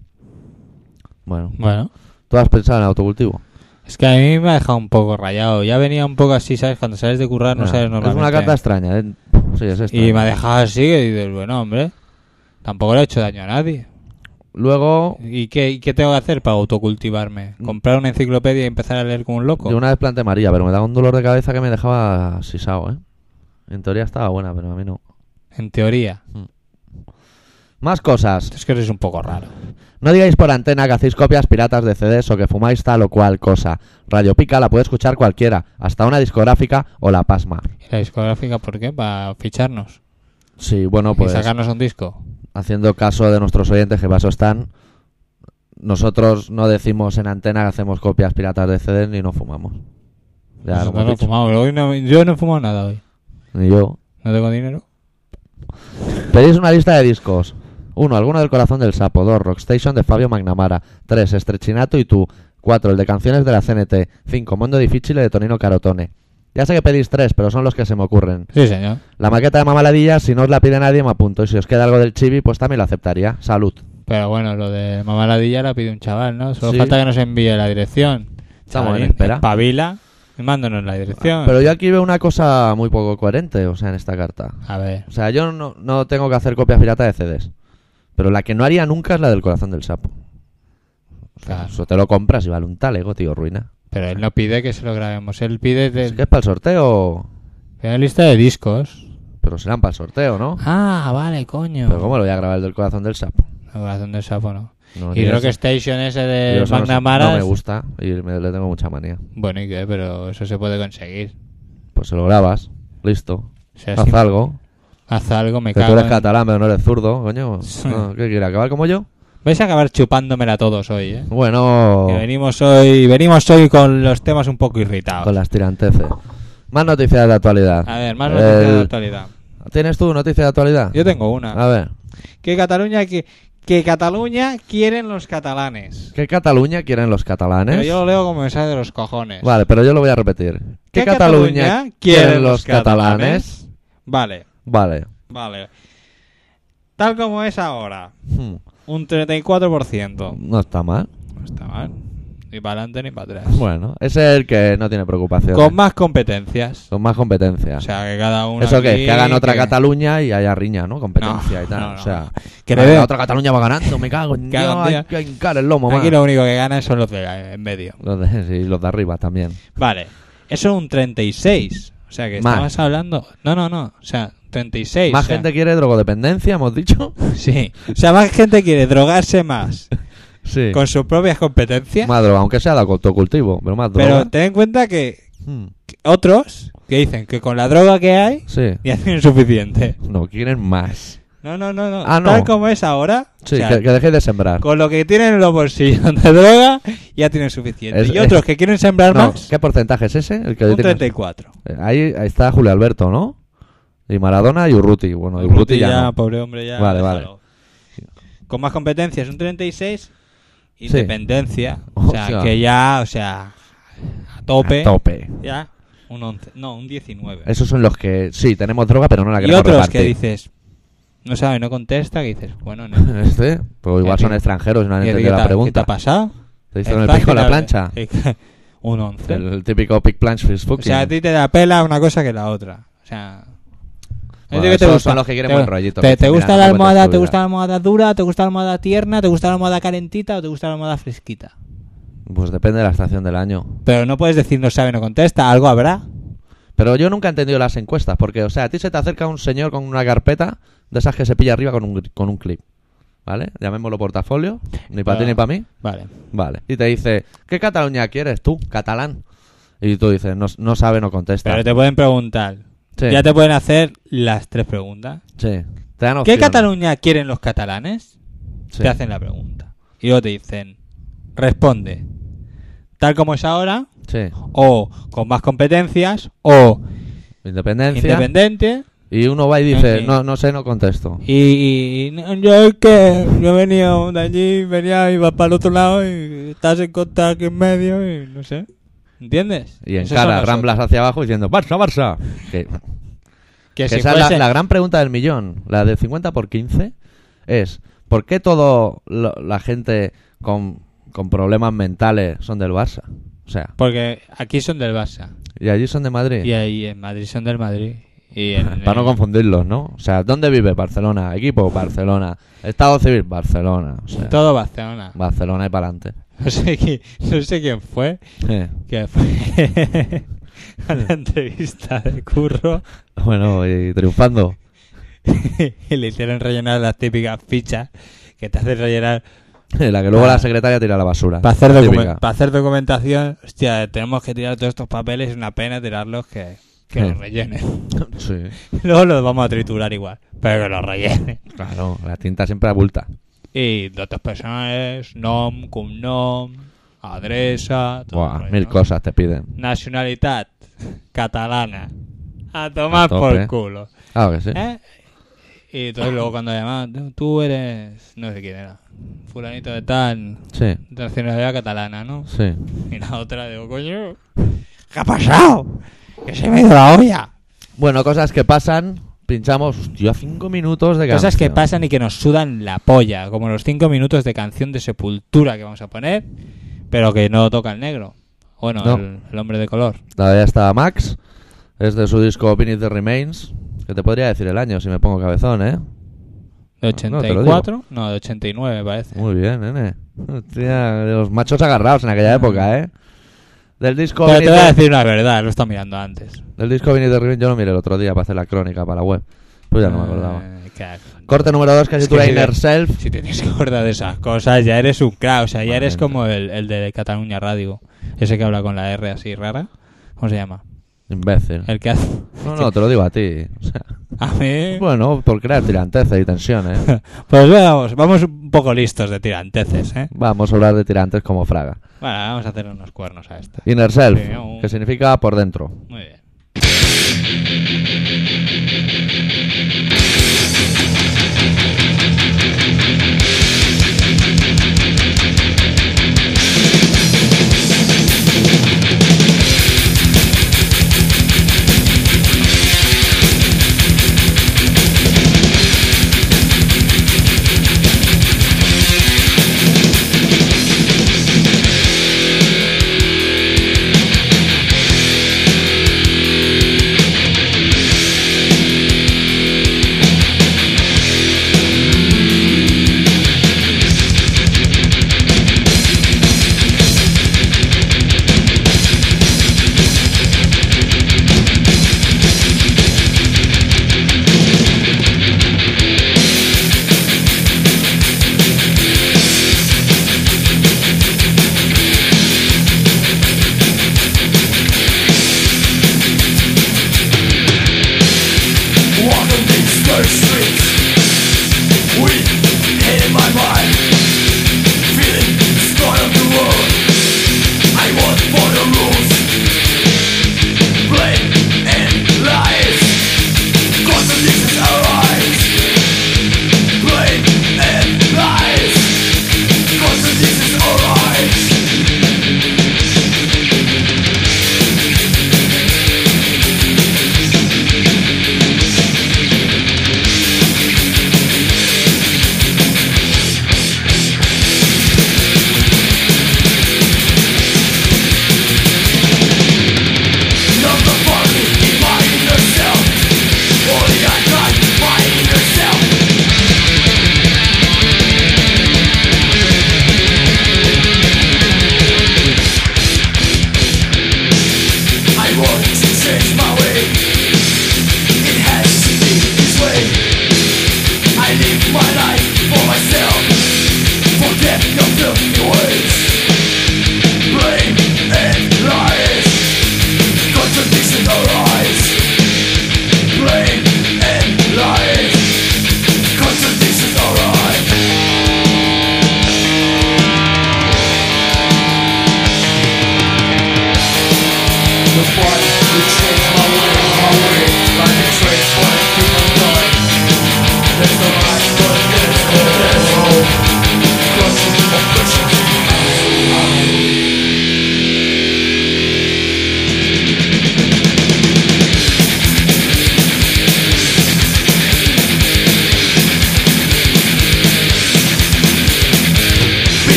[SPEAKER 1] Bueno,
[SPEAKER 2] Bueno,
[SPEAKER 1] ¿tú has pensado en el autocultivo?
[SPEAKER 2] es que a mí me ha dejado un poco rayado. Ya venía un poco así, ¿sabes? Cuando sales de currar no,
[SPEAKER 1] Ah,
[SPEAKER 2] sabes
[SPEAKER 1] es
[SPEAKER 2] normalmente.
[SPEAKER 1] una carta extraña. ¿eh? Sí, es esta.
[SPEAKER 2] Y me ha dejado así que dices, bueno, hombre, tampoco le he hecho daño a nadie.
[SPEAKER 1] Luego,
[SPEAKER 2] ¿Y qué, y qué tengo que hacer para autocultivarme? ¿Comprar una enciclopedia y empezar a leer como un loco?
[SPEAKER 1] yo Mm. una vez planté María, pero me daba un dolor de cabeza que me dejaba sisao, ¿eh? En teoría estaba buena, pero a mí no.
[SPEAKER 2] En teoría.
[SPEAKER 1] Más cosas.
[SPEAKER 2] Es que eres un poco raro.
[SPEAKER 1] No digáis por antena que hacéis copias piratas de CDs o que fumáis tal o cual cosa. Radio Pica la puede escuchar cualquiera, hasta una discográfica o la pasma.
[SPEAKER 2] ¿Y la discográfica por qué? ¿Para ficharnos?
[SPEAKER 1] Sí, bueno, pues
[SPEAKER 2] ¿Y sacarnos un disco?
[SPEAKER 1] haciendo caso de nuestros oyentes que paso están, nosotros no decimos en antena que hacemos copias piratas de CDs ni no fumamos. Ya lo
[SPEAKER 2] Pues Nosotros
[SPEAKER 1] hemos
[SPEAKER 2] no
[SPEAKER 1] dicho.
[SPEAKER 2] fumamos. Hoy no- yo no he fumado nada hoy.
[SPEAKER 1] Ni yo.
[SPEAKER 2] ¿No tengo dinero?
[SPEAKER 1] Pedís una lista de discos. 1. Alguno del corazón del sapo. 2. Rockstation de Fabio Magnamara. 3. Estrechinato y tú. 4. El de canciones de la CNT. 5. Mondo Difficile de Tonino Carotone. Ya sé que pedís tres, pero son los que se me ocurren.
[SPEAKER 2] Sí, señor.
[SPEAKER 1] La maqueta de Mamaladilla, si no os la pide nadie, me apunto. Y si os queda algo del chibi, pues también lo aceptaría. Salud.
[SPEAKER 2] Pero bueno, lo de mamaladilla la pide un chaval, ¿no? Solo
[SPEAKER 1] Sí.
[SPEAKER 2] falta que nos envíe la dirección.
[SPEAKER 1] Estamos en
[SPEAKER 2] Chavalín,
[SPEAKER 1] espera.
[SPEAKER 2] Espabila y mándanos la dirección.
[SPEAKER 1] Pero yo aquí veo una cosa muy poco coherente, o sea, en esta carta.
[SPEAKER 2] A ver.
[SPEAKER 1] O sea, yo no, no tengo que hacer copias piratas de CDs. Pero la que no haría nunca es la del corazón del sapo. O sea,
[SPEAKER 2] Claro.
[SPEAKER 1] eso te lo compras y vale un talego, tío, ruina.
[SPEAKER 2] Pero él no pide que se lo grabemos. Él pide de,
[SPEAKER 1] Es que es para el sorteo.
[SPEAKER 2] pide una lista de discos.
[SPEAKER 1] Pero serán para el sorteo, ¿no?
[SPEAKER 2] Ah, vale, coño.
[SPEAKER 1] Pero ¿cómo lo voy a grabar el del corazón del sapo?
[SPEAKER 2] El corazón del sapo, ¿no?
[SPEAKER 1] No,
[SPEAKER 2] y
[SPEAKER 1] ni
[SPEAKER 2] Rock
[SPEAKER 1] eso.
[SPEAKER 2] Station ese
[SPEAKER 1] Yo
[SPEAKER 2] de
[SPEAKER 1] eso no sé,
[SPEAKER 2] Magnamara.
[SPEAKER 1] No me gusta y me- le tengo mucha manía.
[SPEAKER 2] Bueno, ¿y qué? Pero eso se puede conseguir.
[SPEAKER 1] Pues se lo grabas, listo.
[SPEAKER 2] O sea,
[SPEAKER 1] Haz
[SPEAKER 2] si-
[SPEAKER 1] algo.
[SPEAKER 2] haz algo, me
[SPEAKER 1] Que tú
[SPEAKER 2] cago.
[SPEAKER 1] eres
[SPEAKER 2] en-
[SPEAKER 1] catalán, pero no eres zurdo, coño.
[SPEAKER 2] Sí.
[SPEAKER 1] No, ¿Qué quieres, acabar como yo?
[SPEAKER 2] Vais a acabar chupándomela todos hoy, ¿eh?
[SPEAKER 1] Bueno,
[SPEAKER 2] Que venimos hoy, venimos hoy con los temas un poco irritados.
[SPEAKER 1] con las tiranteces. Más noticias de actualidad.
[SPEAKER 2] A ver, más noticias de
[SPEAKER 1] El-
[SPEAKER 2] la actualidad.
[SPEAKER 1] ¿Tienes tú noticias de actualidad?
[SPEAKER 2] Yo tengo una.
[SPEAKER 1] A ver,
[SPEAKER 2] Que Cataluña que, que Cataluña quieren los catalanes.
[SPEAKER 1] ¿qué Cataluña quieren los catalanes?
[SPEAKER 2] Pero yo lo leo como me sale de los cojones.
[SPEAKER 1] Vale, pero yo lo voy a repetir.
[SPEAKER 2] ¿Qué, Cataluña, quieren los catalanes? Vale,
[SPEAKER 1] Vale.
[SPEAKER 2] vale. Tal como es ahora,
[SPEAKER 1] Hmm,
[SPEAKER 2] un 34%.
[SPEAKER 1] No está mal.
[SPEAKER 2] No está mal. Ni para adelante ni para atrás.
[SPEAKER 1] Bueno, ese es el que no tiene preocupación.
[SPEAKER 2] Con más competencias.
[SPEAKER 1] Con más competencia.
[SPEAKER 2] O sea, que cada uno.
[SPEAKER 1] Eso que,
[SPEAKER 2] aquí
[SPEAKER 1] que hagan otra
[SPEAKER 2] que-
[SPEAKER 1] Cataluña y haya riña, ¿no? Competencia
[SPEAKER 2] No,
[SPEAKER 1] y tal.
[SPEAKER 2] no, no.
[SPEAKER 1] o sea,
[SPEAKER 2] Que
[SPEAKER 1] la-
[SPEAKER 2] le den.
[SPEAKER 1] la otra Cataluña va ganando, me cago en
[SPEAKER 2] Que hagan
[SPEAKER 1] Dios, hay
[SPEAKER 2] día.
[SPEAKER 1] que hincar el lomo,
[SPEAKER 2] Aquí
[SPEAKER 1] man.
[SPEAKER 2] lo único que ganan son los de en medio.
[SPEAKER 1] Los de, sí, los de arriba también.
[SPEAKER 2] Vale, eso es un 36. O sea que
[SPEAKER 1] Más.
[SPEAKER 2] estabas hablando. No, no, no. O sea, 36.
[SPEAKER 1] Más
[SPEAKER 2] o sea,
[SPEAKER 1] gente quiere drogodependencia, hemos dicho.
[SPEAKER 2] Sí. O sea, más gente quiere drogarse más
[SPEAKER 1] Sí.
[SPEAKER 2] con sus propias competencias.
[SPEAKER 1] Más droga, aunque sea de autocultivo, pero más droga.
[SPEAKER 2] pero ten en cuenta que.
[SPEAKER 1] Hmm.
[SPEAKER 2] otros que dicen que con la droga que hay
[SPEAKER 1] Sí.
[SPEAKER 2] ya tienen suficiente.
[SPEAKER 1] No, quieren más.
[SPEAKER 2] No, no, no, no.
[SPEAKER 1] Ah, no.
[SPEAKER 2] Tal como es ahora,
[SPEAKER 1] Sí,
[SPEAKER 2] o sea,
[SPEAKER 1] que, que dejéis de sembrar.
[SPEAKER 2] con lo que tienen en los bolsillos de droga, ya tienen suficiente.
[SPEAKER 1] Es-
[SPEAKER 2] y otros
[SPEAKER 1] es-
[SPEAKER 2] que quieren sembrar
[SPEAKER 1] No,
[SPEAKER 2] más,
[SPEAKER 1] ¿Qué porcentaje es ese? El que
[SPEAKER 2] un
[SPEAKER 1] tienes.
[SPEAKER 2] 34.
[SPEAKER 1] Eh, Ahí, ahí está Julio Alberto, ¿no? Y Maradona y Urruti. Bueno, Urruti,
[SPEAKER 2] Urruti
[SPEAKER 1] ya.
[SPEAKER 2] ya,
[SPEAKER 1] no.
[SPEAKER 2] pobre hombre, ya.
[SPEAKER 1] Vale,
[SPEAKER 2] déjalo. Con más competencias, un 36.
[SPEAKER 1] Sí.
[SPEAKER 2] Independencia. O sea,
[SPEAKER 1] Hostia.
[SPEAKER 2] que ya, o sea, a tope.
[SPEAKER 1] A tope.
[SPEAKER 2] Ya, un 11. No, un 19.
[SPEAKER 1] Esos son los que sí, tenemos droga, pero no la
[SPEAKER 2] y
[SPEAKER 1] queremos
[SPEAKER 2] otros que
[SPEAKER 1] repartir.
[SPEAKER 2] dices, no sabe, no contesta, que dices, bueno, no.
[SPEAKER 1] Este, pues igual son
[SPEAKER 2] ¿Qué-
[SPEAKER 1] extranjeros y no han
[SPEAKER 2] ¿Qué,
[SPEAKER 1] entendido
[SPEAKER 2] te-
[SPEAKER 1] la
[SPEAKER 2] qué te
[SPEAKER 1] pregunta.
[SPEAKER 2] ha pasado?
[SPEAKER 1] Te dicen el
[SPEAKER 2] Estás
[SPEAKER 1] pico a la
[SPEAKER 2] final-
[SPEAKER 1] plancha.
[SPEAKER 2] un 11.
[SPEAKER 1] El típico pick planche fish
[SPEAKER 2] o sea, a ti te da pela una cosa que la otra. O sea...
[SPEAKER 1] Bueno,
[SPEAKER 2] ¿qué
[SPEAKER 1] esos son los que quieren
[SPEAKER 2] te,
[SPEAKER 1] buen rollito, que
[SPEAKER 2] ¿Te, te
[SPEAKER 1] dicen,
[SPEAKER 2] gusta
[SPEAKER 1] "Mira,
[SPEAKER 2] la
[SPEAKER 1] no me cuentes
[SPEAKER 2] almohada?
[SPEAKER 1] tu
[SPEAKER 2] ¿Te
[SPEAKER 1] vida".
[SPEAKER 2] gusta la almohada dura? ¿Te gusta la almohada tierna? ¿Te gusta la almohada calentita? ¿O te gusta la almohada fresquita?
[SPEAKER 1] Pues depende de la estación del año.
[SPEAKER 2] Pero no puedes decir no sabe, no contesta. Algo habrá.
[SPEAKER 1] Pero yo nunca he entendido las encuestas, porque, o sea, a ti se te acerca un señor con una carpeta de esas que se pilla arriba con un, gri- con un clip. ¿Vale? Llamémoslo portafolio. Ni para ti ni para mí.
[SPEAKER 2] Vale.
[SPEAKER 1] Vale. Y te dice, ¿qué Cataluña quieres tú? Catalán. Y tú dices, no, no sabe, no contesta.
[SPEAKER 2] Pero te pueden preguntar.
[SPEAKER 1] Sí.
[SPEAKER 2] Ya te pueden hacer las tres preguntas.
[SPEAKER 1] Sí. Te dan
[SPEAKER 2] ¿Qué
[SPEAKER 1] opciones.
[SPEAKER 2] Cataluña quieren los catalanes?
[SPEAKER 1] Sí.
[SPEAKER 2] Te hacen la pregunta. Y luego te dicen, responde, tal como es ahora,
[SPEAKER 1] Sí.
[SPEAKER 2] o con más competencias, o
[SPEAKER 1] Independencia.
[SPEAKER 2] independiente.
[SPEAKER 1] Y uno va y dice,
[SPEAKER 2] Sí.
[SPEAKER 1] no, no sé, no contesto.
[SPEAKER 2] Y, y- no, yo es que yo venía de allí, venía, iba para el otro lado y estás en contra aquí en medio y no sé. ¿Entiendes?
[SPEAKER 1] Y en
[SPEAKER 2] Esos son
[SPEAKER 1] cara,
[SPEAKER 2] los
[SPEAKER 1] ramblas hacia abajo diciendo, Barça, Barça. Que,
[SPEAKER 2] otros. Que,
[SPEAKER 1] que
[SPEAKER 2] si
[SPEAKER 1] esa es la,
[SPEAKER 2] fuese-
[SPEAKER 1] la gran pregunta del millón, la de 50 por 15, es, ¿por qué toda la gente con, con problemas mentales son del Barça? O sea,
[SPEAKER 2] Porque aquí son del Barça.
[SPEAKER 1] y allí son de Madrid.
[SPEAKER 2] Y ahí en Madrid son del Madrid. Y en,
[SPEAKER 1] Para no confundirlos, ¿no? O sea, ¿dónde vive Barcelona? Equipo, Barcelona. Estado civil, Barcelona. O sea,
[SPEAKER 2] todo Barcelona.
[SPEAKER 1] Barcelona y para adelante.
[SPEAKER 2] No sé, quién, no sé quién fue,
[SPEAKER 1] Eh,
[SPEAKER 2] que fue a la entrevista de curro
[SPEAKER 1] Bueno, y triunfando.
[SPEAKER 2] y le hicieron rellenar las típicas fichas que te hacen rellenar
[SPEAKER 1] Eh, La que luego
[SPEAKER 2] Ah.
[SPEAKER 1] la secretaria tira a la basura.
[SPEAKER 2] para hacer, docu-
[SPEAKER 1] Típica.
[SPEAKER 2] pa' hacer documentación. Hostia, tenemos que tirar todos estos papeles, es una pena tirarlos que, que
[SPEAKER 1] Sí.
[SPEAKER 2] los rellenen.
[SPEAKER 1] Sí.
[SPEAKER 2] Luego los vamos a triturar igual, pero que los rellenen.
[SPEAKER 1] Claro, la tinta siempre abulta.
[SPEAKER 2] Y datos personales, nom, cognom, adresa, todo el
[SPEAKER 1] Buah,
[SPEAKER 2] rollo,
[SPEAKER 1] mil
[SPEAKER 2] ¿no?
[SPEAKER 1] cosas te piden.
[SPEAKER 2] nacionalidad catalana. A tomar
[SPEAKER 1] A tope.
[SPEAKER 2] por culo.
[SPEAKER 1] Claro que sí.
[SPEAKER 2] ¿eh? Y entonces luego cuando llamaban, "Tú- tú eres, no sé quién era, fulanito de tal,
[SPEAKER 1] Sí,
[SPEAKER 2] de nacionalidad catalana, ¿no?
[SPEAKER 1] sí.
[SPEAKER 2] Y la otra, digo, coño, ¿qué ha pasado? Que se me ha ido la olla.
[SPEAKER 1] Bueno, cosas que pasan. Pinchamos, hostia, cinco minutos de
[SPEAKER 2] Cosas que
[SPEAKER 1] canción.
[SPEAKER 2] pasan y que nos sudan la polla, como los cinco minutos de canción de sepultura que vamos a poner, pero que no toca el negro. Bueno,
[SPEAKER 1] No.
[SPEAKER 2] el- el hombre de color.
[SPEAKER 1] Todavía está Max. Es de su disco Opinity Remains. Que te podría decir el año si me pongo cabezón, ¿eh?
[SPEAKER 2] ¿De
[SPEAKER 1] Ah, No, te lo digo. Eh,
[SPEAKER 2] 84? No, de 89 parece.
[SPEAKER 1] Muy bien, nene. Hostia, los machos agarrados en aquella época, ¿eh? Del disco
[SPEAKER 2] Pero te
[SPEAKER 1] Opinity-
[SPEAKER 2] voy a decir la verdad, lo he estado mirando antes.
[SPEAKER 1] Del disco Opinity Remains yo lo miré el otro día para hacer la crónica para la web. Pues ya no me acordaba.
[SPEAKER 2] Eh, claro.
[SPEAKER 1] Corte número 2, que
[SPEAKER 2] Es
[SPEAKER 1] se titula
[SPEAKER 2] que-
[SPEAKER 1] Inner Self.
[SPEAKER 2] Si tienes que acordar de esas cosas, ya eres un crack. O sea, ya eres
[SPEAKER 1] Vale.
[SPEAKER 2] como el, el de Cataluña Radio. Ese que habla con la R así rara. ¿Cómo se llama?
[SPEAKER 1] Imbécil.
[SPEAKER 2] El que hace.
[SPEAKER 1] No, no, te lo digo a ti. O sea,
[SPEAKER 2] A mí.
[SPEAKER 1] bueno, por crear tiranteces y ¿eh? tensiones.
[SPEAKER 2] Pues vamos, vamos un poco listos de tiranteces, ¿eh?
[SPEAKER 1] Vamos a hablar de tirantes como Fraga.
[SPEAKER 2] Bueno, vamos a hacer unos cuernos a esta.
[SPEAKER 1] Inner Self,
[SPEAKER 2] Sí, un-
[SPEAKER 1] que significa por dentro.
[SPEAKER 2] Muy bien.
[SPEAKER 4] Thank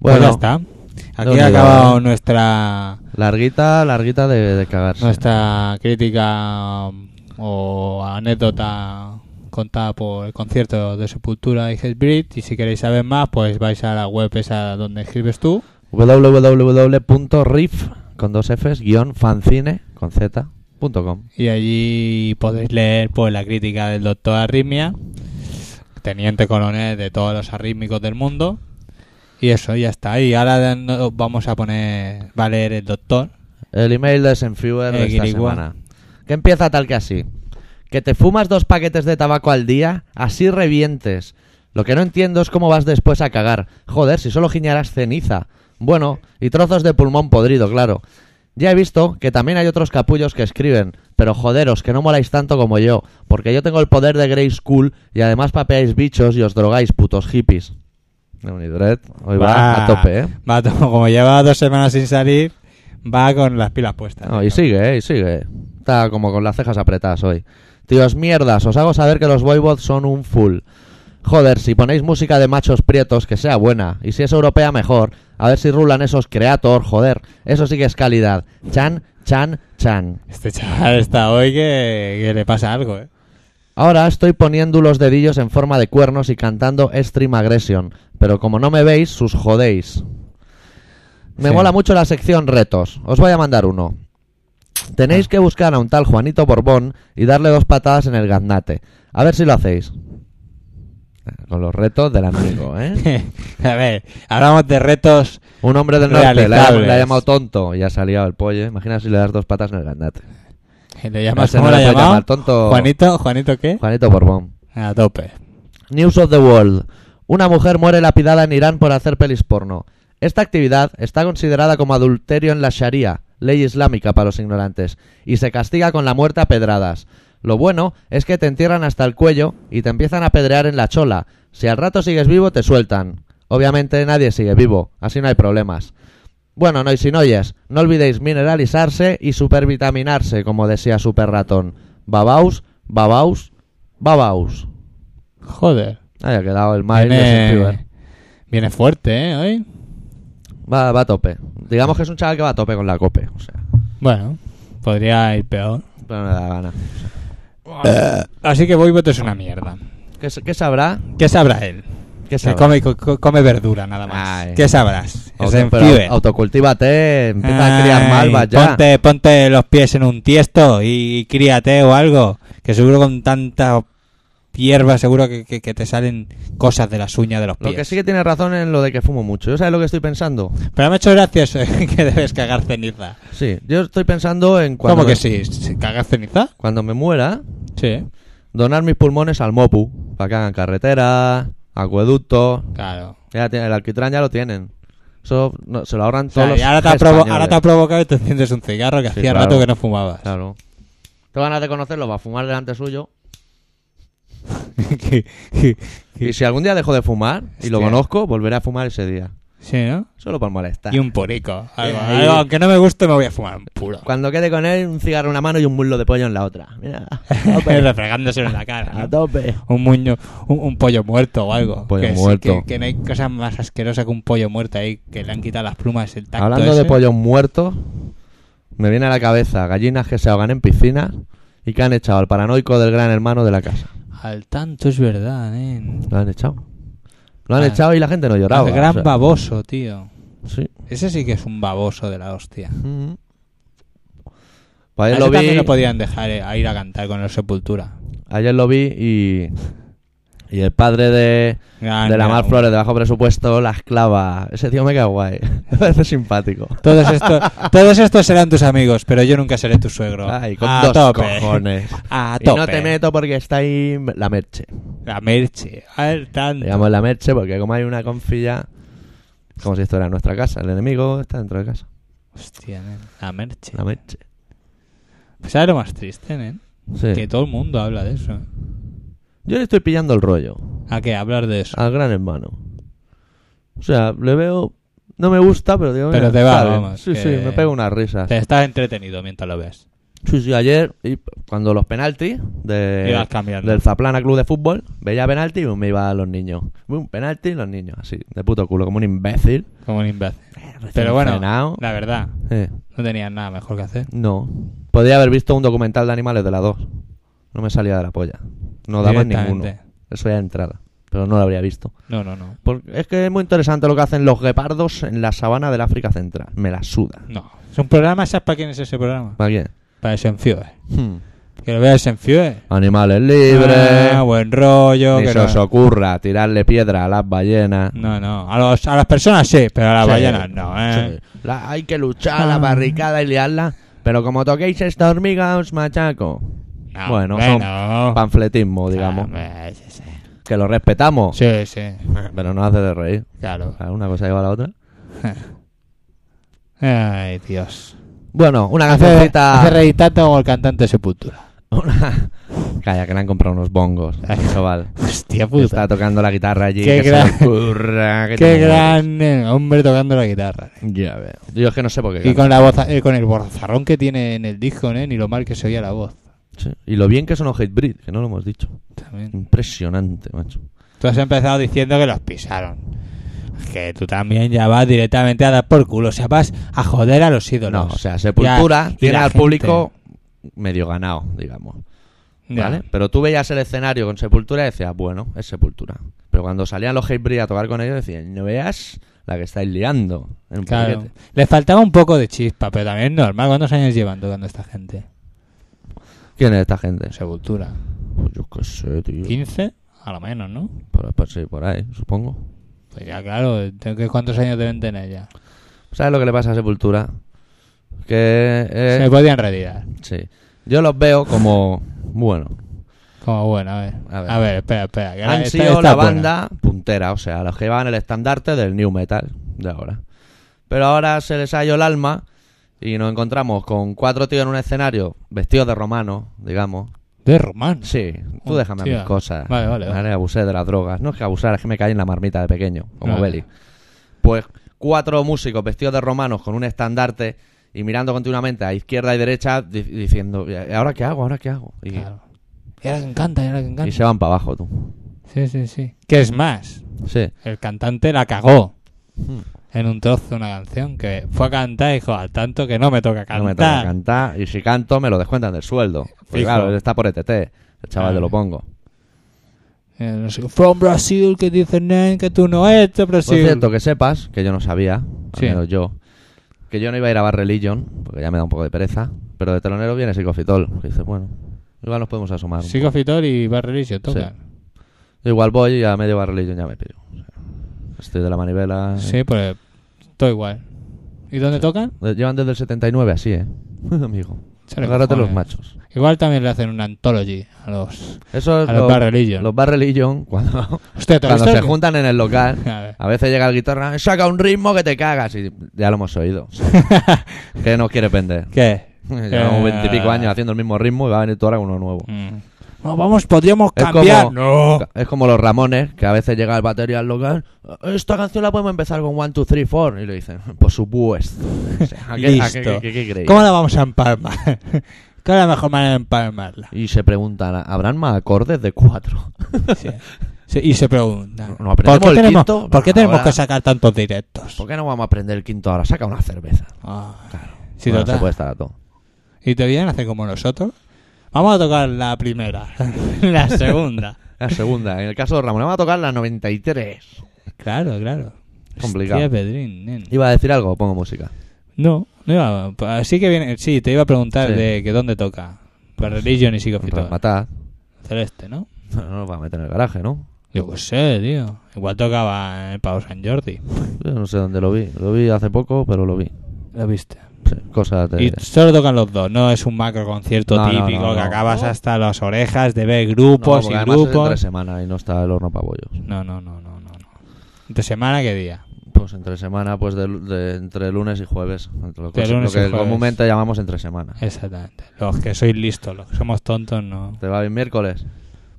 [SPEAKER 2] Pues
[SPEAKER 1] Bueno.
[SPEAKER 2] ya está. Aquí
[SPEAKER 1] No,
[SPEAKER 2] ha
[SPEAKER 1] no,
[SPEAKER 2] acabado
[SPEAKER 1] no.
[SPEAKER 2] nuestra
[SPEAKER 1] Larguita, larguita de, de cagarse.
[SPEAKER 2] nuestra crítica mm, o anécdota contada por el concierto de Sepultura y Hatebreed. Y si queréis saber más, pues vais a la web esa donde escribes tú.
[SPEAKER 1] www.riff con dos Fs, guión fancine con Z, punto com.
[SPEAKER 2] Y allí podéis leer pues la crítica del doctor Arritmia, teniente coronel de todos los arrítmicos del mundo. Y eso, ya está. Y ahora de- no- vamos a poner, va a leer el doctor.
[SPEAKER 1] El email de Senfewer de esta
[SPEAKER 2] Eguirigua.
[SPEAKER 1] semana. Que empieza tal que así. Que te fumas dos paquetes de tabaco al día, así revientes. Lo que no entiendo es cómo vas después a cagar. Joder, si solo giñarás ceniza. Bueno, y trozos de pulmón podrido, claro. Ya he visto que también hay otros capullos que escriben, pero joderos, que no moláis tanto como yo, porque yo tengo el poder de Grey School y además papeáis bichos y os drogáis, putos hippies. Unidred, hoy va, a tope, ¿eh?
[SPEAKER 2] va a to- como lleva dos semanas sin salir, va con las pilas puestas.
[SPEAKER 1] No, y sigue, eh, y sigue. Está como con las cejas apretadas hoy. Tíos, mierdas, os hago saber que los boybots son un full. Joder, si ponéis música de machos prietos, que sea buena. Y si es europea, mejor. A ver si rulan esos creator, joder. Eso sí que es calidad. Chan, chan, chan.
[SPEAKER 2] Este chaval está hoy que, que le pasa algo, ¿eh?
[SPEAKER 1] Ahora estoy poniendo los dedillos en forma de cuernos y cantando Stream Aggression, pero como no me veis, sus jodéis. Me
[SPEAKER 2] Sí.
[SPEAKER 1] mola mucho la sección retos. Os voy a mandar uno. Tenéis que buscar a un tal Juanito Borbón y darle dos patadas en el gaznate. A ver si lo hacéis. Con los retos del amigo, ¿eh?
[SPEAKER 2] a ver, hablamos de retos.
[SPEAKER 1] Un hombre del norte le ha,
[SPEAKER 2] Realizables.
[SPEAKER 1] le ha llamado tonto y ha salido el pollo. Imagina si le das dos patas en el gaznate.
[SPEAKER 2] ¿Le llamas
[SPEAKER 1] Ese
[SPEAKER 2] cómo
[SPEAKER 1] no
[SPEAKER 2] le
[SPEAKER 1] le
[SPEAKER 2] ha
[SPEAKER 1] puede
[SPEAKER 2] llamado?
[SPEAKER 1] llamar, tonto.
[SPEAKER 2] Juanito, Juanito, ¿qué?
[SPEAKER 1] Juanito Borbón.
[SPEAKER 2] A tope.
[SPEAKER 1] News of the World. Una mujer muere lapidada en Irán por hacer pelis porno. Esta actividad está considerada como adulterio en la Sharia, ley islámica para los ignorantes, y se castiga con la muerte a pedradas. Lo bueno es que te entierran hasta el cuello y te empiezan a pedrear en la chola. Si al rato sigues vivo, te sueltan. Obviamente nadie sigue vivo, así no hay problemas. Bueno, no, y sin ollas, no olvidéis mineralizarse y supervitaminarse, como decía Super Ratón. Babaus, babaus, babaus.
[SPEAKER 2] Joder.
[SPEAKER 1] Ah, ya ha quedado el mail de
[SPEAKER 2] Viene,
[SPEAKER 1] Sunfever.
[SPEAKER 2] viene fuerte, ¿eh? Hoy.
[SPEAKER 1] Va, va a tope. Digamos que es un chaval que va a tope con la cope, o sea,
[SPEAKER 2] Bueno, podría ir peor.
[SPEAKER 1] pero no le da gana. Eh.
[SPEAKER 2] Así que Boybot es una mierda.
[SPEAKER 1] ¿Qué, s- qué sabrá?
[SPEAKER 2] ¿Qué sabrá él?
[SPEAKER 1] ¿Qué
[SPEAKER 2] Que
[SPEAKER 1] sabrá?
[SPEAKER 2] come, co- co- come verdura nada más.
[SPEAKER 1] Ay.
[SPEAKER 2] ¿Qué sabrás?
[SPEAKER 1] Auto-
[SPEAKER 2] Es en
[SPEAKER 1] pero
[SPEAKER 2] Fiverr.
[SPEAKER 1] autocultívate, empieza a criar
[SPEAKER 2] Ay,
[SPEAKER 1] malvas ya.
[SPEAKER 2] Ponte, ponte los pies en un tiesto y críate o algo. Que seguro con tanta hierba, seguro que, que- que te salen cosas de las uñas de los
[SPEAKER 1] Lo
[SPEAKER 2] pies.
[SPEAKER 1] que sí que tiene razón en lo de que fumo mucho. ¿Yo sabes lo que estoy pensando?
[SPEAKER 2] Pero me ha hecho gracia eso, que debes cagar ceniza.
[SPEAKER 1] Sí, yo estoy pensando en cuando,
[SPEAKER 2] ¿Cómo
[SPEAKER 1] me,
[SPEAKER 2] que sí? ¿Se- ¿Cagas ceniza?
[SPEAKER 1] cuando me muera,
[SPEAKER 2] Sí.
[SPEAKER 1] donar mis pulmones al MOPU, para que hagan carretera, acueducto.
[SPEAKER 2] Claro.
[SPEAKER 1] Ya tiene- el alquitrán ya lo tienen. Eso no- se lo ahorran
[SPEAKER 2] O sea,
[SPEAKER 1] todos
[SPEAKER 2] y
[SPEAKER 1] los
[SPEAKER 2] ahora te, ha provo-
[SPEAKER 1] españoles.
[SPEAKER 2] ahora te ha provocado y te enciendes un cigarro que
[SPEAKER 1] Sí,
[SPEAKER 2] hacía
[SPEAKER 1] claro.
[SPEAKER 2] rato que no fumabas.
[SPEAKER 1] Claro. Tengo ganas de conocerlo, va a fumar delante suyo.
[SPEAKER 2] Que- que-
[SPEAKER 1] Y
[SPEAKER 2] que-
[SPEAKER 1] si algún día dejo de fumar y lo
[SPEAKER 2] Hostia.
[SPEAKER 1] conozco, volveré a fumar ese día.
[SPEAKER 2] sí, ¿no?
[SPEAKER 1] Solo por molestar.
[SPEAKER 2] Y un porico. Algo,
[SPEAKER 1] Ahí.
[SPEAKER 2] algo, aunque no me guste, me voy a fumar un puro.
[SPEAKER 1] Cuando quede con él, un cigarro en una mano y un muslo de pollo en la otra. Mira,
[SPEAKER 2] Refregándose en la cara. ¿no?
[SPEAKER 1] Ah, a tope.
[SPEAKER 2] un muño, un, un pollo muerto o algo.
[SPEAKER 1] Un pollo
[SPEAKER 2] que, sí,
[SPEAKER 1] muerto.
[SPEAKER 2] que- que no hay cosa más asquerosa que un pollo muerto ahí, que le han quitado las plumas, el tacto.
[SPEAKER 1] Hablando
[SPEAKER 2] ese.
[SPEAKER 1] de pollos muertos, me viene a la cabeza gallinas que se ahogan en piscinas y que han echado al paranoico del gran hermano de la casa.
[SPEAKER 2] Al tanto es verdad, eh.
[SPEAKER 1] Lo han echado. Lo han
[SPEAKER 2] Ah.
[SPEAKER 1] echado y la gente no lloraba.
[SPEAKER 2] El gran
[SPEAKER 1] o sea,
[SPEAKER 2] baboso, tío.
[SPEAKER 1] sí.
[SPEAKER 2] Ese sí que es un baboso de la hostia.
[SPEAKER 1] Mm. Pues
[SPEAKER 2] A
[SPEAKER 1] ayer
[SPEAKER 2] ese
[SPEAKER 1] lo vi,
[SPEAKER 2] también lo podían dejar eh, a ir a cantar con la sepultura.
[SPEAKER 1] ayer lo vi y, y el padre de,
[SPEAKER 2] Gran-
[SPEAKER 1] de la Mar
[SPEAKER 2] gran-
[SPEAKER 1] Flores, de bajo presupuesto, la esclava. Ese tío me cae guay. Me parece simpático.
[SPEAKER 2] Todos estos, todos estos serán tus amigos, pero yo nunca seré tu suegro.
[SPEAKER 1] Ay, con
[SPEAKER 2] a
[SPEAKER 1] dos
[SPEAKER 2] tope.
[SPEAKER 1] cojones.
[SPEAKER 2] A
[SPEAKER 1] Y
[SPEAKER 2] tope.
[SPEAKER 1] no te meto porque está ahí la merche.
[SPEAKER 2] La merche. Al tanto.
[SPEAKER 1] Le llamo la merche porque como hay una confilla, como si esto era nuestra casa. El enemigo está dentro de casa.
[SPEAKER 2] Hostia, nen. La merche.
[SPEAKER 1] La merche.
[SPEAKER 2] ¿Sabes lo más triste, nen?
[SPEAKER 1] Sí.
[SPEAKER 2] Que todo el mundo habla de eso. ¿eh?
[SPEAKER 1] Yo le estoy pillando el rollo
[SPEAKER 2] ¿A qué? Hablar de eso.
[SPEAKER 1] al gran hermano. O sea, le veo... No me gusta, pero digo...
[SPEAKER 2] Pero
[SPEAKER 1] mira,
[SPEAKER 2] te va,
[SPEAKER 1] está bien.
[SPEAKER 2] vamos,
[SPEAKER 1] Sí,
[SPEAKER 2] que-
[SPEAKER 1] sí, me pego unas risas.
[SPEAKER 2] Te estás entretenido mientras lo ves.
[SPEAKER 1] Sí, sí, ayer, y cuando los penaltis de-
[SPEAKER 2] Ibas cambiando.
[SPEAKER 1] del Zaplana Club de Fútbol, veía penalti y me iba a los niños. Un penalti y los niños, así, de puto culo, como un imbécil.
[SPEAKER 2] Como un imbécil.
[SPEAKER 1] Recién
[SPEAKER 2] Pero bueno,
[SPEAKER 1] frenado.
[SPEAKER 2] la verdad,
[SPEAKER 1] Eh,
[SPEAKER 2] no tenían nada mejor que hacer.
[SPEAKER 1] no. Podría haber visto un documental de animales de la 2. No me salía de la polla. No daban ninguno.
[SPEAKER 2] Directamente.
[SPEAKER 1] Eso ya de entrada. Pero no lo habría visto.
[SPEAKER 2] No, no, no.
[SPEAKER 1] Porque es que es muy interesante lo que hacen los guepardos en la sabana del África Central. Me la suda.
[SPEAKER 2] No. Es un programa, ¿sabes para quién es ese programa?
[SPEAKER 1] ¿Para quién?
[SPEAKER 2] Para Desenfiewer.
[SPEAKER 1] Hmm.
[SPEAKER 2] Que lo vea Desenfiewer.
[SPEAKER 1] Animales libres.
[SPEAKER 2] Ah, buen rollo.
[SPEAKER 1] Ni
[SPEAKER 2] que
[SPEAKER 1] se
[SPEAKER 2] no- Mm,
[SPEAKER 1] os ocurra tirarle piedra a las ballenas.
[SPEAKER 2] No, no. A, los, a las personas sí, pero a las
[SPEAKER 1] Sí,
[SPEAKER 2] ballenas no, ¿eh?
[SPEAKER 1] sí. La- hay que luchar
[SPEAKER 2] Ah.
[SPEAKER 1] la barricada y liarla. Pero como toquéis esta hormiga, os machaco.
[SPEAKER 2] No,
[SPEAKER 1] bueno,
[SPEAKER 2] bueno.
[SPEAKER 1] son panfletismo, digamos.
[SPEAKER 2] Ah, sí, sí.
[SPEAKER 1] que lo respetamos,
[SPEAKER 2] Sí, sí.
[SPEAKER 1] pero no hace de reír. O
[SPEAKER 2] Claro.
[SPEAKER 1] sea, Una cosa lleva a la otra.
[SPEAKER 2] Ay, Dios.
[SPEAKER 1] Bueno, una
[SPEAKER 2] Hace,
[SPEAKER 1] cancioncita.
[SPEAKER 2] hace reír tanto como el cantante de Sepultura.
[SPEAKER 1] una- Calla, que le han comprado unos bongos. al chaval.
[SPEAKER 2] Hostia
[SPEAKER 1] Que
[SPEAKER 2] puta.
[SPEAKER 1] Está tocando la guitarra allí.
[SPEAKER 2] Qué
[SPEAKER 1] que se
[SPEAKER 2] gran-
[SPEAKER 1] le ocurra, que
[SPEAKER 2] Qué
[SPEAKER 1] te mueres.
[SPEAKER 2] gran eh, hombre tocando la guitarra.
[SPEAKER 1] Ya veo. Yo es que no sé por qué.
[SPEAKER 2] Y
[SPEAKER 1] canta.
[SPEAKER 2] con, la voz, eh, con el borzarrón que tiene en el disco, ¿eh? ni lo mal que se oía la voz.
[SPEAKER 1] Sí. Y lo bien que son los Hatebreed, que no lo hemos dicho.
[SPEAKER 2] También.
[SPEAKER 1] Impresionante, macho.
[SPEAKER 2] Tú has empezado diciendo que los pisaron. Es que tú también ya vas directamente a dar por culo. O sea, vas a joder a los
[SPEAKER 1] No,
[SPEAKER 2] ídolos.
[SPEAKER 1] o sea, Sepultura
[SPEAKER 2] Ya, y
[SPEAKER 1] tiene
[SPEAKER 2] la
[SPEAKER 1] al
[SPEAKER 2] gente.
[SPEAKER 1] público medio ganado, digamos.
[SPEAKER 2] Ya.
[SPEAKER 1] ¿Vale? Pero tú veías el escenario con Sepultura y decías, bueno, es Sepultura. Pero cuando salían los Hatebreed a tocar con ellos decían, no veas la que estáis liando. En un
[SPEAKER 2] Claro.
[SPEAKER 1] paquete".
[SPEAKER 2] Les faltaba un poco de chispa, pero también es normal. ¿Cuántos años llevan tocando esta gente?
[SPEAKER 1] ¿Quién es esta gente?
[SPEAKER 2] Sepultura.
[SPEAKER 1] Pues yo qué sé, tío.
[SPEAKER 2] ¿15? A lo menos, ¿no?
[SPEAKER 1] Por, por- sí, por ahí, supongo.
[SPEAKER 2] Pues ya, claro. tengo que- ¿Cuántos años deben tener ya?
[SPEAKER 1] ¿Sabes lo que le pasa a Sepultura? Que... eh,
[SPEAKER 2] Se podían retirar.
[SPEAKER 1] sí. Yo los veo como... Bueno,
[SPEAKER 2] Como bueno, a ver.
[SPEAKER 1] A
[SPEAKER 2] A
[SPEAKER 1] ver.
[SPEAKER 2] ver, espera, espera. que
[SPEAKER 1] han
[SPEAKER 2] esta-
[SPEAKER 1] sido
[SPEAKER 2] esta
[SPEAKER 1] la
[SPEAKER 2] es buena.
[SPEAKER 1] banda puntera, o sea, los que van el estandarte del new metal de ahora. Pero ahora se les ha ido el alma y nos encontramos con cuatro tíos en un escenario vestidos de romano, digamos.
[SPEAKER 2] De Román.
[SPEAKER 1] Sí, tú déjame a mis
[SPEAKER 2] Hostia.
[SPEAKER 1] cosas.
[SPEAKER 2] Vale, vale, vale.
[SPEAKER 1] Abusé de las drogas. No es que abusar, es que me caí en la marmita de pequeño, como
[SPEAKER 2] Ah.
[SPEAKER 1] Beli. Pues cuatro músicos vestidos de romanos con un estandarte y mirando continuamente a izquierda y derecha di- diciendo, "¿Y ¿ahora qué hago? ¿Ahora qué hago? Y,
[SPEAKER 2] Claro. Y ahora que encanta, y ahora que encanta.
[SPEAKER 1] y se van para abajo, tú.
[SPEAKER 2] Sí, sí, sí. ¿Qué es más?
[SPEAKER 1] Sí.
[SPEAKER 2] El cantante la cagó
[SPEAKER 1] Hmm.
[SPEAKER 2] en un trozo de una canción que fue a cantar y dijo, al tanto que no me toca cantar.
[SPEAKER 1] No me toca cantar. Y si canto, me lo descuentan del sueldo. Porque
[SPEAKER 2] Fijo.
[SPEAKER 1] claro, él está por ETT. El chaval de
[SPEAKER 2] Ah.
[SPEAKER 1] lo pongo.
[SPEAKER 2] Eh, no sé, From Brasil, que dicen "Nen, que tú no eres de
[SPEAKER 1] Por
[SPEAKER 2] Brasil.
[SPEAKER 1] cierto, que sepas, que yo no sabía, al
[SPEAKER 2] Sí.
[SPEAKER 1] menos yo, que yo no iba a ir a Bar Religion, porque ya me da un poco de pereza. Pero de telonero viene Psicofitol. Que dice, bueno, igual nos podemos asomar. un
[SPEAKER 2] Sigo Fitor y Bad Religion tocan.
[SPEAKER 1] poco. Yo igual voy y a medio Bar Religion ya me pido. O sea, estoy de la manivela. eh.
[SPEAKER 2] Sí, pues todo igual. ¿Y dónde tocan?
[SPEAKER 1] Eh, Llevan desde el 79 así, ¿eh? Amigo.
[SPEAKER 2] Chale,
[SPEAKER 1] Agárrate los
[SPEAKER 2] cojones.
[SPEAKER 1] machos.
[SPEAKER 2] Igual también le hacen una anthology a los...
[SPEAKER 1] Eso es
[SPEAKER 2] A los Bad Religion.
[SPEAKER 1] Los Bad Religion, cuando,
[SPEAKER 2] Hostia, ¿te has
[SPEAKER 1] cuando
[SPEAKER 2] visto
[SPEAKER 1] se
[SPEAKER 2] el-
[SPEAKER 1] juntan en el local,
[SPEAKER 2] A ver.
[SPEAKER 1] A veces llega el guitarra, saca un ritmo que te cagas. Y ya lo hemos oído. que nos quiere vender.
[SPEAKER 2] ¿Qué?
[SPEAKER 1] Llevamos veintipico años haciendo el mismo ritmo y va a venir tú ahora con uno nuevo.
[SPEAKER 2] Eh, Mm. No, vamos, podríamos
[SPEAKER 1] Es
[SPEAKER 2] cambiar.
[SPEAKER 1] como-
[SPEAKER 2] No.
[SPEAKER 1] Es como los Ramones, que a veces llega el batería al local. Esta canción la podemos empezar con 1, 2, 3, 4. Y le dicen, por supuesto. O sea, ¿a qué- a qué-
[SPEAKER 2] Listo.
[SPEAKER 1] qué- qué creéis?
[SPEAKER 2] ¿Cómo la vamos a empalmar? ¿Cuál es la mejor manera de empalmarla?
[SPEAKER 1] Y se preguntan, ¿habrán más acordes de cuatro?
[SPEAKER 2] Sí, y se pregunta,
[SPEAKER 1] No, no aprendemos
[SPEAKER 2] ¿por qué
[SPEAKER 1] el
[SPEAKER 2] tenemos,
[SPEAKER 1] quinto,
[SPEAKER 2] por qué tenemos
[SPEAKER 1] ahora-
[SPEAKER 2] que sacar tantos directos?
[SPEAKER 1] ¿Por qué no vamos a aprender el quinto ahora? Saca una cerveza.
[SPEAKER 2] Ah, sí,
[SPEAKER 1] Bueno, pues-
[SPEAKER 2] total.
[SPEAKER 1] se puede estar a todo.
[SPEAKER 2] Y te vienen a hacer como nosotros. Vamos a tocar la primera, la segunda.
[SPEAKER 1] La segunda, en el caso de Ramones, vamos a tocar la 93.
[SPEAKER 2] claro, claro.
[SPEAKER 1] Complicado.
[SPEAKER 2] Hostia, Pedrín, nen.
[SPEAKER 1] ¿Iba a decir algo? Pongo música.
[SPEAKER 2] No, no iba. a- Así que viene, sí, te iba a preguntar
[SPEAKER 1] Sí. Pues
[SPEAKER 2] de que dónde toca. Para Religion y Psicofito.
[SPEAKER 1] Matar.
[SPEAKER 2] Celeste, ¿no?
[SPEAKER 1] No nos va a meter en el garaje, ¿no?
[SPEAKER 2] Yo qué sé, tío. Igual tocaba en el Pau San Jordi.
[SPEAKER 1] Yo no sé dónde lo vi. Lo vi hace poco, pero lo vi.
[SPEAKER 2] Lo viste.
[SPEAKER 1] Sí, cosas de...
[SPEAKER 2] Y solo tocan los dos, no es un macro concierto
[SPEAKER 1] No, no,
[SPEAKER 2] típico
[SPEAKER 1] no,
[SPEAKER 2] que
[SPEAKER 1] no.
[SPEAKER 2] acabas hasta las orejas de ver
[SPEAKER 1] No,
[SPEAKER 2] grupos
[SPEAKER 1] porque
[SPEAKER 2] y
[SPEAKER 1] además es entre
[SPEAKER 2] grupos.
[SPEAKER 1] semana y no está el horno pabollos.
[SPEAKER 2] No, no, no, no, no, no. ¿De semana qué día?
[SPEAKER 1] Pues entre semana, pues de, lu- de- entre lunes y jueves. Entre lo,
[SPEAKER 2] Entre
[SPEAKER 1] cosa- lo
[SPEAKER 2] lunes
[SPEAKER 1] que
[SPEAKER 2] y jueves. Eh.
[SPEAKER 1] comúnmente llamamos entre semana.
[SPEAKER 2] Exactamente. Los que sois listos, los que somos tontos, no.
[SPEAKER 1] ¿Te va bien miércoles?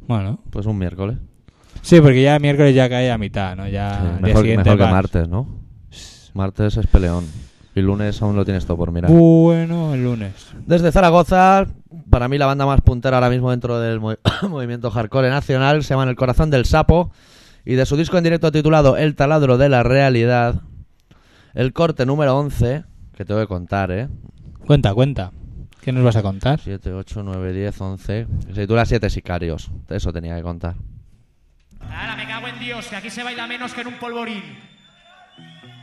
[SPEAKER 2] Bueno.
[SPEAKER 1] Pues un miércoles.
[SPEAKER 2] Sí, porque ya miércoles ya cae a mitad, ¿no? Ya
[SPEAKER 1] Sí,
[SPEAKER 2] Ah, al día
[SPEAKER 1] mejor
[SPEAKER 2] siguiente
[SPEAKER 1] mejor que
[SPEAKER 2] vas.
[SPEAKER 1] martes, ¿no? Martes es peleón. Y lunes aún lo tienes todo por mirar.
[SPEAKER 2] Bueno, el lunes.
[SPEAKER 1] Desde Zaragoza, para mí la banda más puntera ahora mismo dentro del movi- movimiento hardcore nacional, se llaman El Corazón del Sapo, y de su disco en directo titulado El Taladro de la Realidad, el corte número 11, que tengo que contar, ¿eh?
[SPEAKER 2] Cuenta, cuenta. ¿Qué nos vas a contar?
[SPEAKER 1] 7, 8, 9, 10, 11, se titula Siete Sicarios, eso tenía que contar.
[SPEAKER 2] ¿Mm?
[SPEAKER 5] Ahora me cago en Dios, que aquí se baila menos que en un polvorín.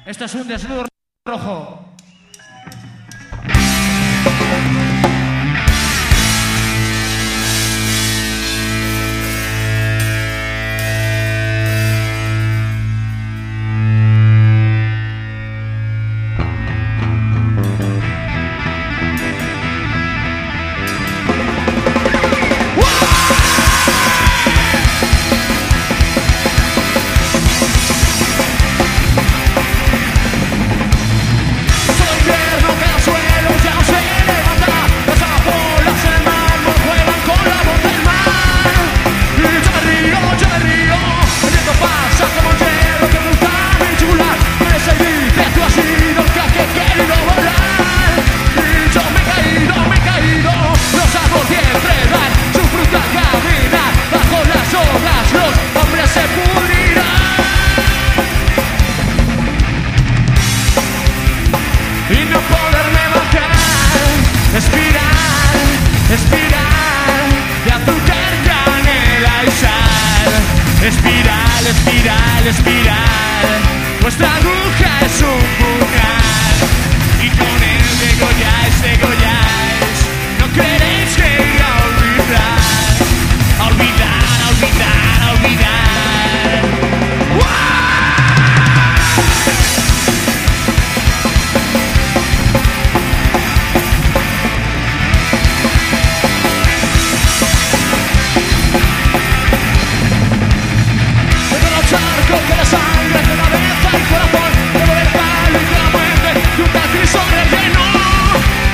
[SPEAKER 5] Esto es un desnudo rojo.
[SPEAKER 6] Soy tierno que el suelo ya se levanta Las olas del mar no juegan con la voz del mar Y yo me río, yo me río El viento pasa como el hielo que gusta mi chula Me seguiste, tú has sido el que has querido volar Y yo me he caído, me he caído Los amos siempre dan su fruta a caminar Bajo las olas los hombres se pudrirán y no poderme bajar. Espiral, espiral de azúcar, canela y sal. Espiral, espiral, espiral. Vuestra aguja es un puñal y con él degolláis, degolláis. No queréis que ir a olvidar, a olvidar, a olvidar, a olvidar. Tengo los charcos de la sangre que atraviesa el corazón Tengo el palo y de la muerte y un perfil sobre el lleno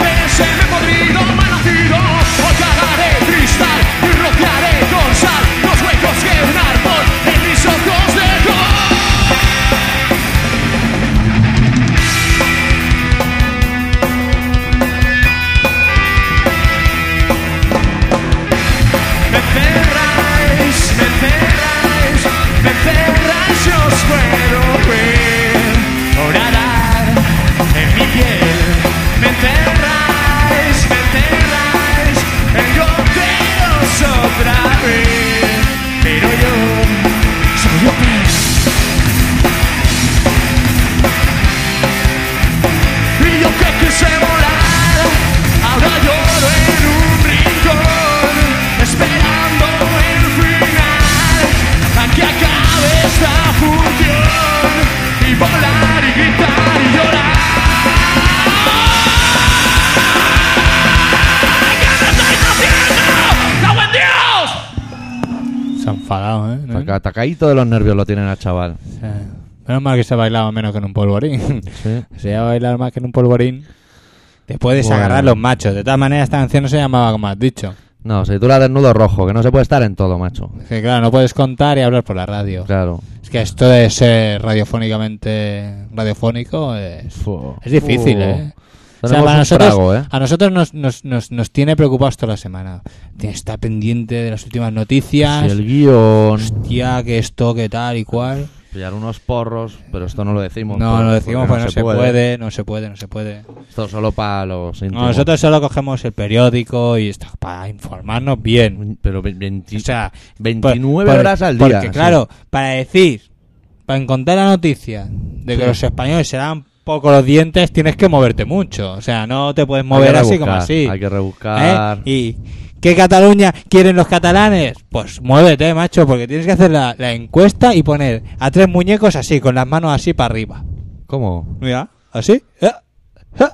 [SPEAKER 6] De ese me he podrido, mal nacido Hoy cagaré cristal y rociaré con sal Los huecos que un e árbol en mis ojos dejó Me cerráis, me cerráis, me cerráis y os puedo ver orar en mi piel. Me cerráis, me cerráis, encontraros otra vez. Pero yo soy un pez. Y yo que quise volar, ahora lloro en un rincón, esperando el final, a que acabe esta función, y volar y gritar y llorar. ¿Qué me estáis haciendo? ¡No, buen Dios!
[SPEAKER 2] Se ha enfadado, ¿eh? ¿No?
[SPEAKER 1] Taca- Tacaíto de los nervios lo tienen al chaval.
[SPEAKER 2] O sea, menos mal que se ha bailado menos que en un polvorín.
[SPEAKER 1] Sí.
[SPEAKER 2] se va a bailar más que en un polvorín. Te puedes
[SPEAKER 1] Bueno.
[SPEAKER 2] agarrar los machos. De todas maneras, esta canción no se llamaba como has dicho.
[SPEAKER 1] No, se titula Desnudo Rojo, que no se puede estar en todo, macho.
[SPEAKER 2] Es que, claro, no puedes contar y hablar por la radio.
[SPEAKER 1] Claro.
[SPEAKER 2] Es que esto de ser radiofónicamente radiofónico es, es difícil,
[SPEAKER 1] Fu.
[SPEAKER 2] ¿eh? O
[SPEAKER 1] Tenemos
[SPEAKER 2] sea, para
[SPEAKER 1] un
[SPEAKER 2] nosotros,
[SPEAKER 1] trago, ¿eh?
[SPEAKER 2] a nosotros nos, nos, nos, nos tiene preocupados toda la semana. Tienes que estar pendiente de las últimas noticias.
[SPEAKER 1] Si el guión...
[SPEAKER 2] Hostia, que esto, que tal y cual.
[SPEAKER 1] Pillar unos porros, pero esto no lo decimos.
[SPEAKER 2] No,
[SPEAKER 1] por-
[SPEAKER 2] lo decimos
[SPEAKER 1] porque
[SPEAKER 2] porque no se puede, no se puede, no se puede.
[SPEAKER 1] Esto solo para los íntimos.
[SPEAKER 2] Nosotros solo cogemos el periódico y está para informarnos bien.
[SPEAKER 1] Pero ve- veinti-
[SPEAKER 2] O sea,
[SPEAKER 1] 29
[SPEAKER 2] por-
[SPEAKER 1] horas al día.
[SPEAKER 2] Porque,
[SPEAKER 1] sí.
[SPEAKER 2] claro, para decir, para encontrar la noticia de que
[SPEAKER 1] Sí.
[SPEAKER 2] los españoles se dan poco los dientes, tienes que moverte mucho. O sea, no te puedes
[SPEAKER 1] Hay
[SPEAKER 2] mover
[SPEAKER 1] que
[SPEAKER 2] así como
[SPEAKER 1] rebuscar,
[SPEAKER 2] así.
[SPEAKER 1] Hay que rebuscar.
[SPEAKER 2] ¿Eh? ¿Y qué Cataluña quieren los catalanes? Pues muévete, macho, porque tienes que hacer la, la encuesta y poner a tres muñecos así, con las manos así para arriba.
[SPEAKER 1] ¿Cómo?
[SPEAKER 2] Mira, así. Eh, eh.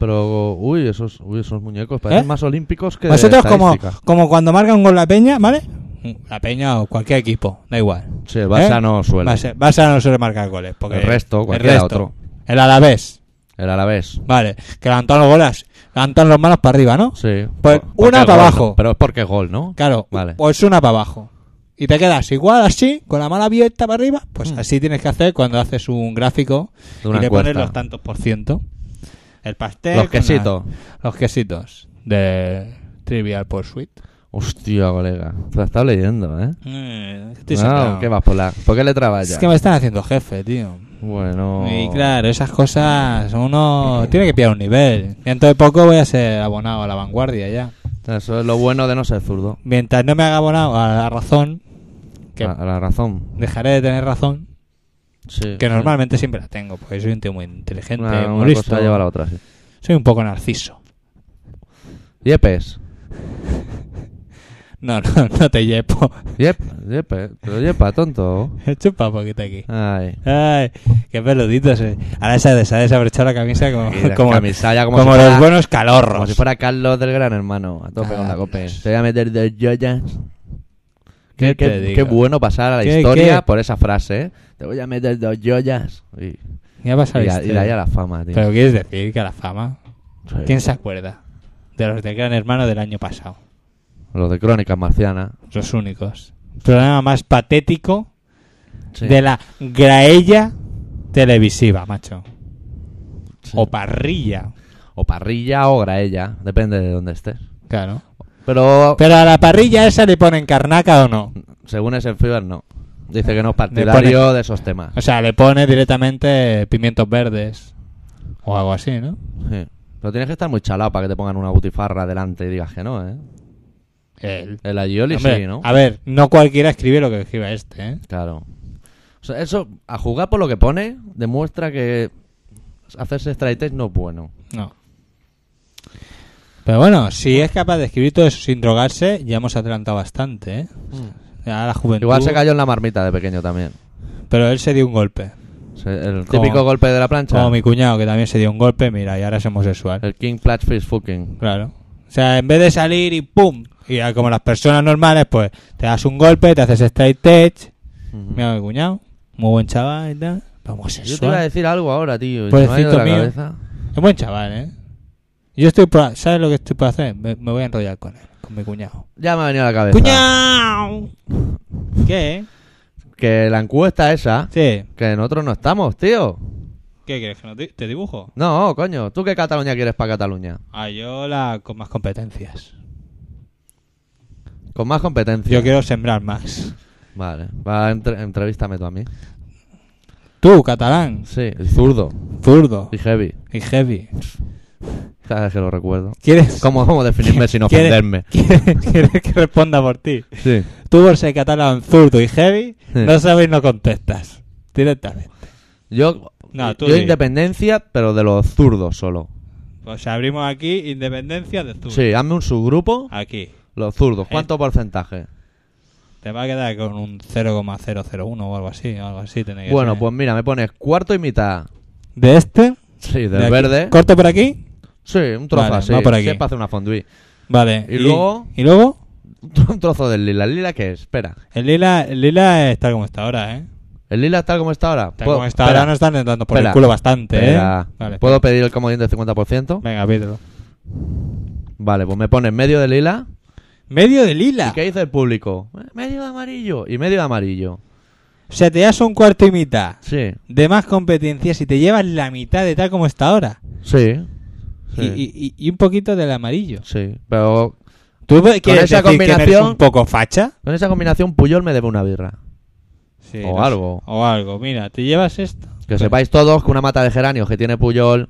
[SPEAKER 1] Pero, uy, esos, uy, esos muñecos parecen
[SPEAKER 2] ¿Eh?
[SPEAKER 1] más olímpicos que. de
[SPEAKER 2] Nosotros como,
[SPEAKER 1] estadística.
[SPEAKER 2] como cuando marca un gol la peña, ¿vale? Mm, La peña o cualquier equipo, da igual.
[SPEAKER 1] Sí, el Barça no suele.
[SPEAKER 2] ¿Eh? Barça, Barça no suele marcar goles. Porque
[SPEAKER 1] El resto, cualquiera otro.
[SPEAKER 2] El Alavés,
[SPEAKER 1] El Alavés.
[SPEAKER 2] vale. Que levantan los goles, levantan los manos para arriba, ¿no?
[SPEAKER 1] Sí.
[SPEAKER 2] Pues
[SPEAKER 1] Por- porque
[SPEAKER 2] una
[SPEAKER 1] gol,
[SPEAKER 2] para
[SPEAKER 1] ¿no?
[SPEAKER 2] abajo.
[SPEAKER 1] Pero es porque es gol, ¿no?
[SPEAKER 2] Claro,
[SPEAKER 1] Vale.
[SPEAKER 2] pues una para abajo. Y te quedas igual así, con la mano abierta Mm. para arriba. Pues así tienes que hacer cuando haces un gráfico
[SPEAKER 1] De una
[SPEAKER 2] y le pones
[SPEAKER 1] encuesta.
[SPEAKER 2] los tantos por ciento. El pastel.
[SPEAKER 1] Los
[SPEAKER 2] con las-
[SPEAKER 1] quesitos.
[SPEAKER 2] los quesitos de Trivial Pursuit.
[SPEAKER 1] Hostia, colega. Te la estás leyendo, ¿eh?
[SPEAKER 2] Eh,
[SPEAKER 1] No,
[SPEAKER 2] estoy sacado.
[SPEAKER 1] ¿Qué vas por la... ¿Por qué le trabas
[SPEAKER 2] Es que me están haciendo jefe, tío.
[SPEAKER 1] Bueno...
[SPEAKER 2] Y claro, esas cosas uno tiene que pillar un nivel. Dentro de poco voy a ser abonado a la vanguardia ya.
[SPEAKER 1] Eso es lo bueno de no ser zurdo.
[SPEAKER 2] Mientras no me haga abonado a la razón, que
[SPEAKER 1] A, a la razón.
[SPEAKER 2] dejaré de tener razón,
[SPEAKER 1] Ah. Sí. Ah,
[SPEAKER 2] que normalmente siempre la tengo, porque soy un tío muy inteligente,
[SPEAKER 1] Una,
[SPEAKER 2] muy
[SPEAKER 1] una
[SPEAKER 2] listo.
[SPEAKER 1] cosa lleva a la otra, sí.
[SPEAKER 2] Soy un poco narciso.
[SPEAKER 1] Yepes.
[SPEAKER 2] No, no, no te llepo.
[SPEAKER 1] Yep, yepes. Pero yepa, tonto.
[SPEAKER 2] Chupa un poquito aquí.
[SPEAKER 1] Ay.
[SPEAKER 2] Ay, qué peluditos. eh. Ahora se ha des- se ha desabrochado la camisa como,
[SPEAKER 1] Y la
[SPEAKER 2] como,
[SPEAKER 1] camisalla como
[SPEAKER 2] como
[SPEAKER 1] si
[SPEAKER 2] los
[SPEAKER 1] fuera-
[SPEAKER 2] buenos Ah, calorros.
[SPEAKER 1] Como si fuera Carlos del Gran Hermano. A tope con la cope. Te voy a meter de joyas. Qué,
[SPEAKER 2] ¿Qué te
[SPEAKER 1] qué-
[SPEAKER 2] digo?
[SPEAKER 1] qué bueno pasar a la
[SPEAKER 2] ¿Qué,
[SPEAKER 1] historia
[SPEAKER 2] qué?
[SPEAKER 1] por esa frase, ¿eh? Te voy a meter dos joyas. Y, y,
[SPEAKER 2] Ya vas a
[SPEAKER 1] a- y de ahí a la fama, tío.
[SPEAKER 2] Pero quieres decir que la fama.
[SPEAKER 1] Sí.
[SPEAKER 2] ¿Quién se acuerda? De los del Gran Hermano del año pasado.
[SPEAKER 1] Los de Crónicas Marcianas.
[SPEAKER 2] Los únicos. Programa más patético
[SPEAKER 1] Sí.
[SPEAKER 2] de la graella televisiva, macho.
[SPEAKER 1] Sí.
[SPEAKER 2] O parrilla.
[SPEAKER 1] O parrilla o graella, depende de dónde estés.
[SPEAKER 2] Claro.
[SPEAKER 1] Pero,
[SPEAKER 2] Pero a la parrilla esa le ponen carnaca o no.
[SPEAKER 1] según es el Fever, no. Dice que no es
[SPEAKER 2] pone-
[SPEAKER 1] partidario de esos temas.
[SPEAKER 2] O sea, le pone directamente pimientos verdes. O algo así, ¿no?
[SPEAKER 1] Sí. Pero tienes que estar muy chalado para que te pongan una butifarra delante y digas que no, ¿eh?
[SPEAKER 2] El-
[SPEAKER 1] El Agioli
[SPEAKER 2] Hombre,
[SPEAKER 1] sí, ¿no?
[SPEAKER 2] A ver, no cualquiera escribe lo que escribe este, ¿eh?
[SPEAKER 1] Claro. O sea, eso, a jugar por lo que pone, demuestra que hacerse straight edge no es bueno.
[SPEAKER 2] No. Pero bueno, si es capaz de escribir todo eso sin drogarse, ya hemos adelantado bastante, ¿eh? Ya la juventud.
[SPEAKER 1] Mm. Igual se cayó en la marmita de pequeño también.
[SPEAKER 2] Pero él se dio un golpe.
[SPEAKER 1] O sea, el
[SPEAKER 2] Como-
[SPEAKER 1] típico golpe de la plancha.
[SPEAKER 2] Como mi cuñado, que también se dio un golpe, mira, y ahora es homosexual.
[SPEAKER 1] El King Platch Fish Fucking.
[SPEAKER 2] Claro. O sea, en vez de salir y ¡pum! Y ya como las personas normales, pues te das un golpe, te haces straight edge.
[SPEAKER 1] Ujú.
[SPEAKER 2] Mira mi cuñado, muy buen chaval y tal.
[SPEAKER 1] Mm. Yo te
[SPEAKER 2] Pero
[SPEAKER 1] iba a
[SPEAKER 2] homosexual.
[SPEAKER 1] decir algo ahora, tío. y se me ha ido de la
[SPEAKER 2] Pobrecito mío.
[SPEAKER 1] cabeza.
[SPEAKER 2] Es buen chaval, ¿eh? Yo estoy por... ¿Sabes lo que estoy por hacer? Me, me voy a enrollar con él, con mi cuñado.
[SPEAKER 1] Ya me ha venido a la cabeza.
[SPEAKER 2] ¡Cuñado! ¿Qué?
[SPEAKER 1] Que la encuesta esa,
[SPEAKER 2] Sí.
[SPEAKER 1] que nosotros no estamos, tío.
[SPEAKER 2] ¿Qué quieres que no te, te dibujo?
[SPEAKER 1] No, coño, ¿tú qué Cataluña quieres para Cataluña?
[SPEAKER 2] Ah, yo la con más competencias.
[SPEAKER 1] Con más competencia.
[SPEAKER 2] Yo quiero sembrar más.
[SPEAKER 1] Vale, va, entre- entrevístame tú a mí.
[SPEAKER 2] Tú, catalán,
[SPEAKER 1] Sí, zurdo
[SPEAKER 2] zurdo
[SPEAKER 1] y heavy.
[SPEAKER 2] y heavy.
[SPEAKER 1] Cada vez que lo recuerdo.
[SPEAKER 2] ¿Quieres?
[SPEAKER 1] ¿Cómo, cómo definirme sin
[SPEAKER 2] ¿Quieres-
[SPEAKER 1] ofenderme?
[SPEAKER 2] ¿Quieres, quieres que responda por ti?
[SPEAKER 1] Sí.
[SPEAKER 2] Tú por ser catalán zurdo y heavy,
[SPEAKER 1] Sí.
[SPEAKER 2] no sabes no contestas. Directamente.
[SPEAKER 1] Yo,
[SPEAKER 2] No, tú
[SPEAKER 1] yo
[SPEAKER 2] di.
[SPEAKER 1] independencia, pero de los zurdos solo.
[SPEAKER 2] O sea, Pues abrimos aquí independencia de zurdo.
[SPEAKER 1] Sí, hazme un subgrupo,
[SPEAKER 2] Aquí.
[SPEAKER 1] los
[SPEAKER 2] Eh.
[SPEAKER 1] zurdos. ¿Cuánto porcentaje?
[SPEAKER 2] Te va a quedar con un 0,001 o algo así. o algo así tiene que
[SPEAKER 1] Bueno,
[SPEAKER 2] ser.
[SPEAKER 1] pues mira, me pones cuarto y mitad.
[SPEAKER 2] De este.
[SPEAKER 1] Sí, del
[SPEAKER 2] de aquí.
[SPEAKER 1] verde.
[SPEAKER 2] Corto por aquí.
[SPEAKER 1] Sí, un trozo
[SPEAKER 2] Vale,
[SPEAKER 1] así.
[SPEAKER 2] va por aquí.
[SPEAKER 1] Sí, es para hacer una fondue.
[SPEAKER 2] Vale.
[SPEAKER 1] Y luego-
[SPEAKER 2] ¿Y luego?
[SPEAKER 1] Un trozo del lila. ¿El lila qué es? Espera.
[SPEAKER 2] El lila, el lila está como está ahora, ¿eh?
[SPEAKER 1] ¿El lila está como está ahora?
[SPEAKER 2] Está
[SPEAKER 1] Puedo-
[SPEAKER 2] como está
[SPEAKER 1] espera,
[SPEAKER 2] ahora, nos están dando por
[SPEAKER 1] espera,
[SPEAKER 2] el culo bastante,
[SPEAKER 1] espera.
[SPEAKER 2] ¿eh? Vale,
[SPEAKER 1] ¿Puedo pedir el comodín del 50%?
[SPEAKER 2] Venga, pídelo.
[SPEAKER 1] Vale, pues me pones medio de lila.
[SPEAKER 2] Medio de lila.
[SPEAKER 1] ¿Y qué dice el público? Eh, Medio de amarillo. Y medio de amarillo.
[SPEAKER 2] O sea, te das un cuarto y mitad
[SPEAKER 1] Sí,
[SPEAKER 2] de más competencias y te llevas la mitad de tal como está ahora.
[SPEAKER 1] sí. Sí,
[SPEAKER 2] Y, y- y- y un poquito del amarillo.
[SPEAKER 1] sí. Pero
[SPEAKER 2] ¿Tú quieres
[SPEAKER 1] esa
[SPEAKER 2] decir que no eres
[SPEAKER 1] combinación-
[SPEAKER 2] un poco facha?
[SPEAKER 1] con esa combinación Puyol me debe una birra.
[SPEAKER 2] Sí,
[SPEAKER 1] O
[SPEAKER 2] no sé.
[SPEAKER 1] algo.
[SPEAKER 2] O algo. Mira, te llevas esto.
[SPEAKER 1] Que sepáis todos que una mata de geranios que tiene Puyol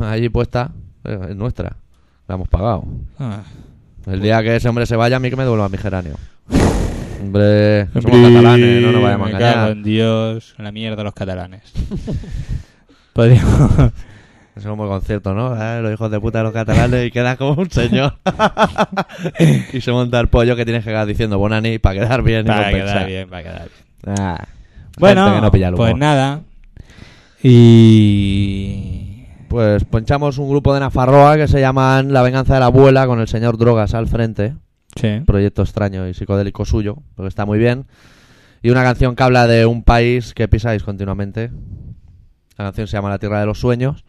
[SPEAKER 1] allí puesta eh, es nuestra. La hemos pagado.
[SPEAKER 2] Ah.
[SPEAKER 1] El día que ese hombre se vaya, a mí que me devuelva mi geranio. Hombre, Pues somos
[SPEAKER 2] Hombre,
[SPEAKER 1] catalanes, no nos vayamos a
[SPEAKER 2] me cago
[SPEAKER 1] engañar.
[SPEAKER 2] en Dios, en la mierda de los catalanes. Podríamos...
[SPEAKER 1] Es como el concierto, ¿no? Ah, Los hijos de puta de los catalanes y quedas como un señor. y se monta el pollo que tienes que quedar diciendo Bonani para quedar bien
[SPEAKER 2] para
[SPEAKER 1] y compensar.
[SPEAKER 2] quedar bien, para quedar bien.
[SPEAKER 1] Ah, gente
[SPEAKER 2] Bueno,
[SPEAKER 1] que no pilla el
[SPEAKER 2] pues
[SPEAKER 1] humor.
[SPEAKER 2] nada. Y...
[SPEAKER 1] Pues ponchamos un grupo de Nafarroa que se llaman La Venganza de la Abuela con el señor Drogas al frente.
[SPEAKER 2] Sí.
[SPEAKER 1] Proyecto extraño y psicodélico suyo, porque está muy bien. Y una canción que habla de un país que pisáis continuamente. La canción se llama La Tierra de los Sueños.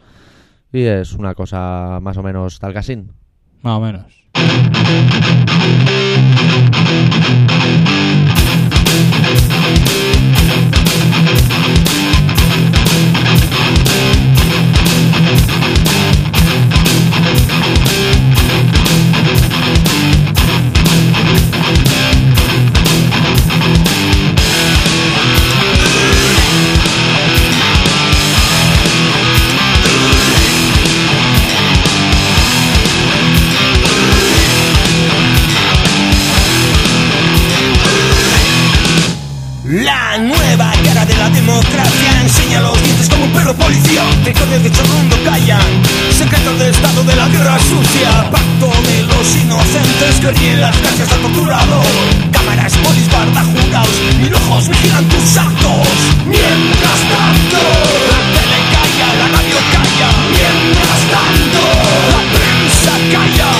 [SPEAKER 1] Y es una cosa más o menos talcasín.
[SPEAKER 2] Más o menos.
[SPEAKER 7] territorios de dicho mundo callan Secretos de estado de la guerra sucia Pacto de los inocentes que ríe las gracias al procurador Cámaras, polis, barda, jurados Mil ojos vigilan tus actos Mientras tanto La tele calla, la radio calla Mientras tanto La prensa calla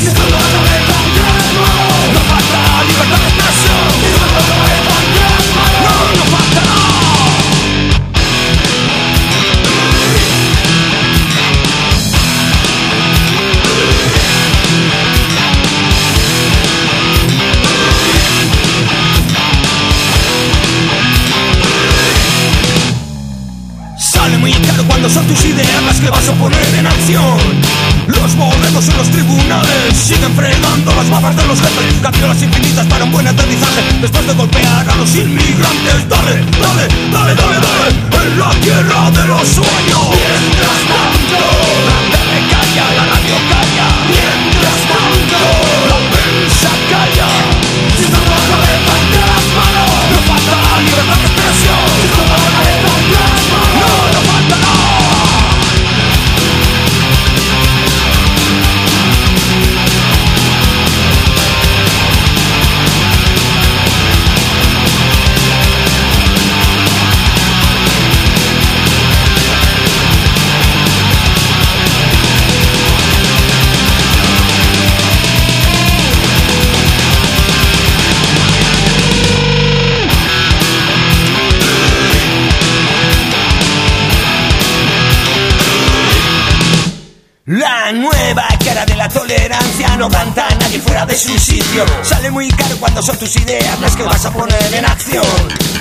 [SPEAKER 7] Si esto no lo defendemos No falta libertad de expresión Si esto no lo defendemos No, no falta Sale muy caro cuando son tus ideas las que vas a poner en acción. Los boletos en los tribunales siguen frenando las babas de los jefes. Capturas infinitas para un buen aterrizaje. Después de golpear a los inmigrantes, dale, dale, dale, dale, dale. En la tierra de los sueños. Mientras tanto, la tele calla, la radio calla. Mientras tanto, la prensa calla. Si no vas a levantar las manos, no falta libertad de expresión. Si no vas a levantar las manos, no, no falta. La nueva cara de la tolerancia no canta a nadie fuera de su sitio. Sale muy caro cuando son tus ideas las que vas a poner en acción.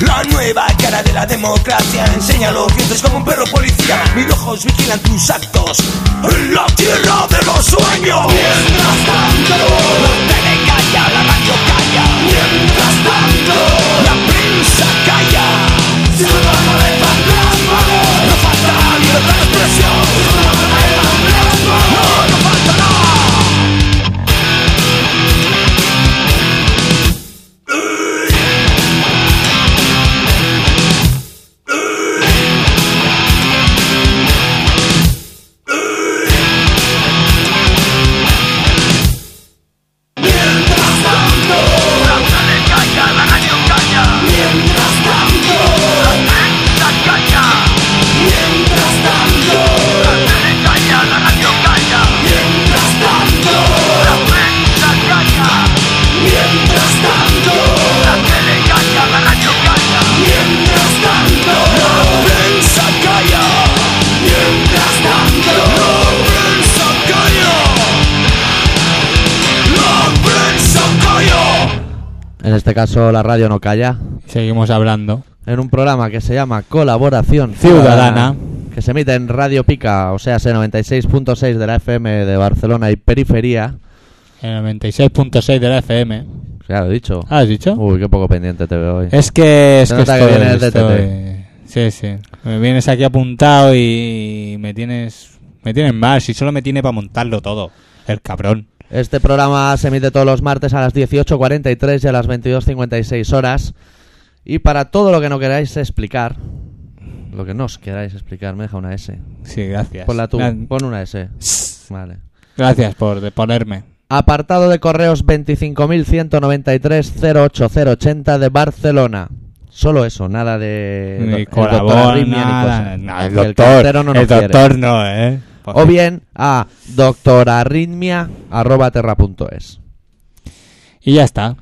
[SPEAKER 7] La nueva cara de la democracia enseña los dientes como un perro policía. Mil ojos vigilan tus actos en la tierra de los sueños. Mientras tanto, la tele calla, la radio calla. Mientras tanto, la prensa calla. Si no van a levantar las manos, no falta libertad de expresión. Si no van a levantar las manos, no, no falta nada. Mientras tanto, la tele calla, la radio calla. Mientras tanto, la prensa calla. Mientras tanto, la tele calla, la radio calla. Mientras tanto, la prensa calla. Mientras tanto, la tele calla, la radio calla. Mientras tanto, la prensa calla. Mientras tanto, la prensa calla. La prensa calla.
[SPEAKER 1] En este caso, la radio no calla.
[SPEAKER 2] Seguimos hablando.
[SPEAKER 1] En un programa que se llama Colaboración
[SPEAKER 2] Ciudadana.
[SPEAKER 1] que se emite en Radio Pica, o sea, C96.6 de la FM de Barcelona y Periferia.
[SPEAKER 2] El 96.6 de la FM.
[SPEAKER 1] Ya lo he dicho.
[SPEAKER 2] ¿Has dicho?
[SPEAKER 1] Uy, qué poco pendiente te veo hoy.
[SPEAKER 2] Ah, Es que es
[SPEAKER 1] Se
[SPEAKER 2] que
[SPEAKER 1] nota
[SPEAKER 2] estoy,
[SPEAKER 1] que vienes de
[SPEAKER 2] estoy- Sí, sí. Me vienes aquí apuntado y me tienes me tienes mal, si solo me tiene para montarlo todo, el cabrón.
[SPEAKER 1] Este programa se emite todos los martes a las 18.43 y a las 22.56 horas. Y para todo lo que no queráis explicar, lo que no os queráis explicar, me deja una S.
[SPEAKER 2] Sí, gracias.
[SPEAKER 1] Ponla tú,
[SPEAKER 2] Gra-
[SPEAKER 1] pon una S. Vale.
[SPEAKER 2] Gracias por de- ponerme.
[SPEAKER 1] Apartado de correos 25.193.08080 de Barcelona. Solo eso, nada de.
[SPEAKER 2] Ni
[SPEAKER 1] do- el doctor
[SPEAKER 2] colabor,
[SPEAKER 1] Arritmia ni
[SPEAKER 2] nada.
[SPEAKER 1] cosa.
[SPEAKER 2] No, el
[SPEAKER 1] El
[SPEAKER 2] doctor,
[SPEAKER 1] cartero no nos
[SPEAKER 2] el
[SPEAKER 1] quiere.
[SPEAKER 2] doctor no, ¿eh? Por
[SPEAKER 1] O
[SPEAKER 2] fin.
[SPEAKER 1] bien a doctorarritmia.terra.es.
[SPEAKER 2] Y ya está.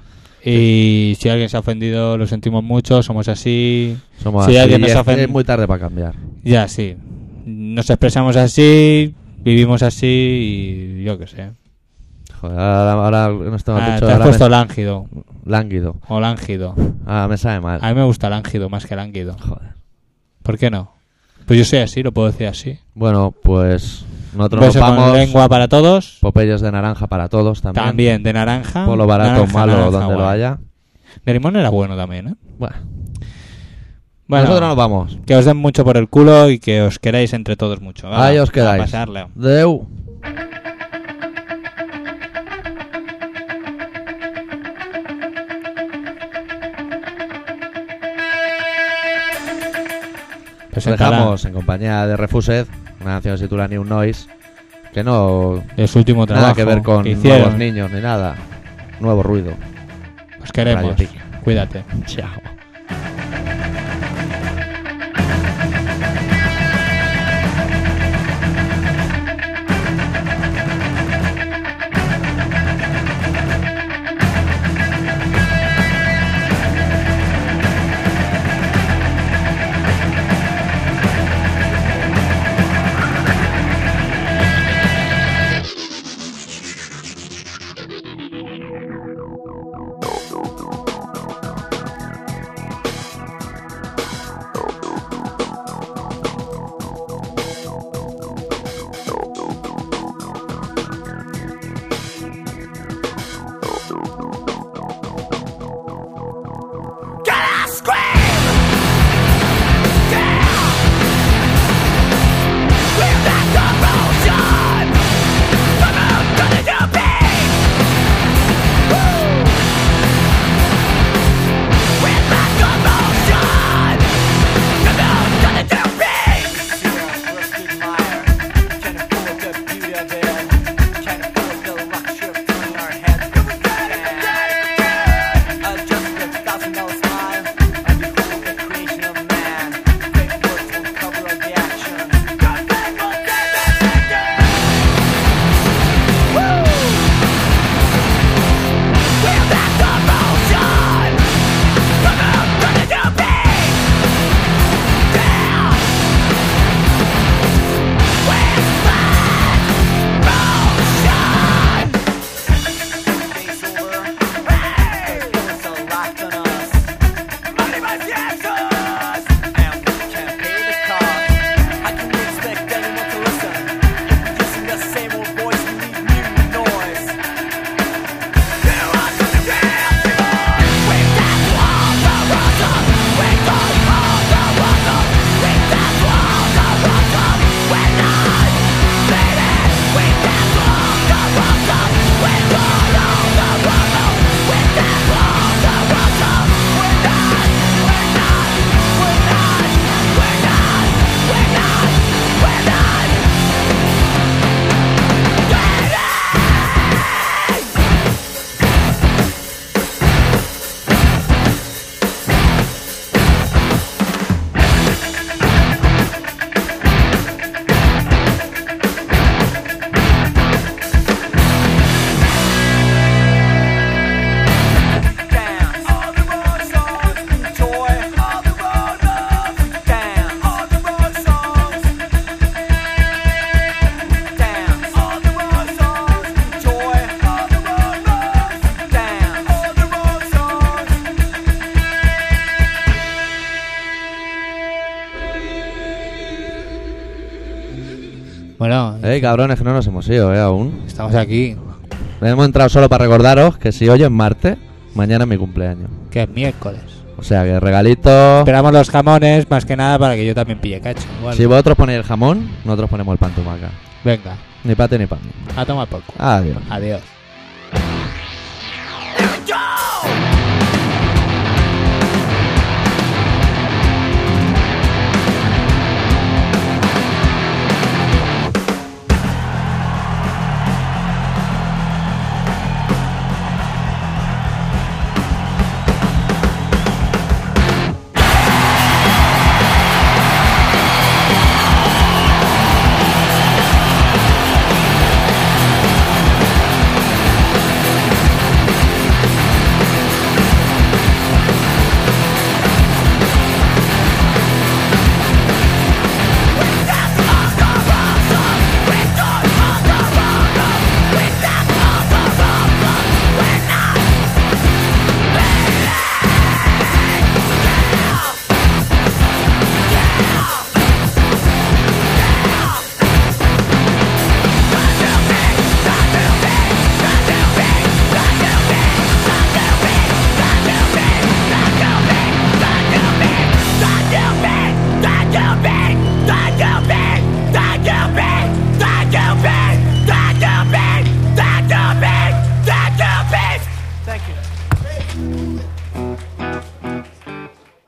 [SPEAKER 2] Y si alguien se ha ofendido, lo sentimos mucho, somos así.
[SPEAKER 1] Somos
[SPEAKER 2] si
[SPEAKER 1] así,
[SPEAKER 2] alguien nos
[SPEAKER 1] es-
[SPEAKER 2] ofende-
[SPEAKER 1] es muy tarde para cambiar.
[SPEAKER 2] Ya, sí. Nos expresamos así, vivimos así y yo qué sé.
[SPEAKER 1] Joder, ahora, ahora no estamos
[SPEAKER 2] Ah,
[SPEAKER 1] dicho,
[SPEAKER 2] te has
[SPEAKER 1] ahora
[SPEAKER 2] puesto
[SPEAKER 1] me-
[SPEAKER 2] lánguido
[SPEAKER 1] lánguido.
[SPEAKER 2] o lángido.
[SPEAKER 1] Ah, me sabe mal.
[SPEAKER 2] A mí me gusta lángido más que lánguido.
[SPEAKER 1] Joder.
[SPEAKER 2] ¿Por qué no? Pues yo soy así, lo puedo decir así.
[SPEAKER 1] Bueno, pues nosotros nos
[SPEAKER 2] Beso con
[SPEAKER 1] vamos.
[SPEAKER 2] lengua para todos.
[SPEAKER 1] Popeyes de naranja para todos también.
[SPEAKER 2] También de naranja.
[SPEAKER 1] Polo barato,
[SPEAKER 2] Naranja,
[SPEAKER 1] malo,
[SPEAKER 2] naranja,
[SPEAKER 1] donde lo
[SPEAKER 2] guay.
[SPEAKER 1] haya.
[SPEAKER 2] De limón era bueno también, ¿eh?
[SPEAKER 1] Bueno,
[SPEAKER 2] Bueno,
[SPEAKER 1] nosotros nos vamos.
[SPEAKER 2] que os den mucho por el culo y que os queráis entre todos mucho. Va,
[SPEAKER 1] Ahí os quedáis.
[SPEAKER 2] A pasarla.
[SPEAKER 1] Deu. Os
[SPEAKER 8] presentará
[SPEAKER 1] dejamos en compañía de Refused, una canción que se titula New Noise, que no
[SPEAKER 8] de su último trabajo
[SPEAKER 1] nada que ver con nuevos
[SPEAKER 8] hicieron.
[SPEAKER 1] niños ni nada. Nuevo ruido.
[SPEAKER 8] Os queremos.
[SPEAKER 1] Radio
[SPEAKER 8] Cuídate.
[SPEAKER 1] Chao.
[SPEAKER 8] Bueno,
[SPEAKER 1] Ey, cabrones, que no nos hemos ido, eh, aún.
[SPEAKER 8] estamos aquí.
[SPEAKER 1] Hemos entrado solo para recordaros que si hoy es martes, mañana es mi cumpleaños.
[SPEAKER 8] Que es miércoles.
[SPEAKER 1] O sea que regalito.
[SPEAKER 8] Esperamos los jamones más que nada para que yo también pille cacho. Bueno,
[SPEAKER 1] Si vosotros ponéis el jamón, nosotros ponemos el pan tumaca.
[SPEAKER 8] Venga,
[SPEAKER 1] Ni pate ni pan.
[SPEAKER 8] a tomar poco.
[SPEAKER 1] Adiós.
[SPEAKER 8] Adiós.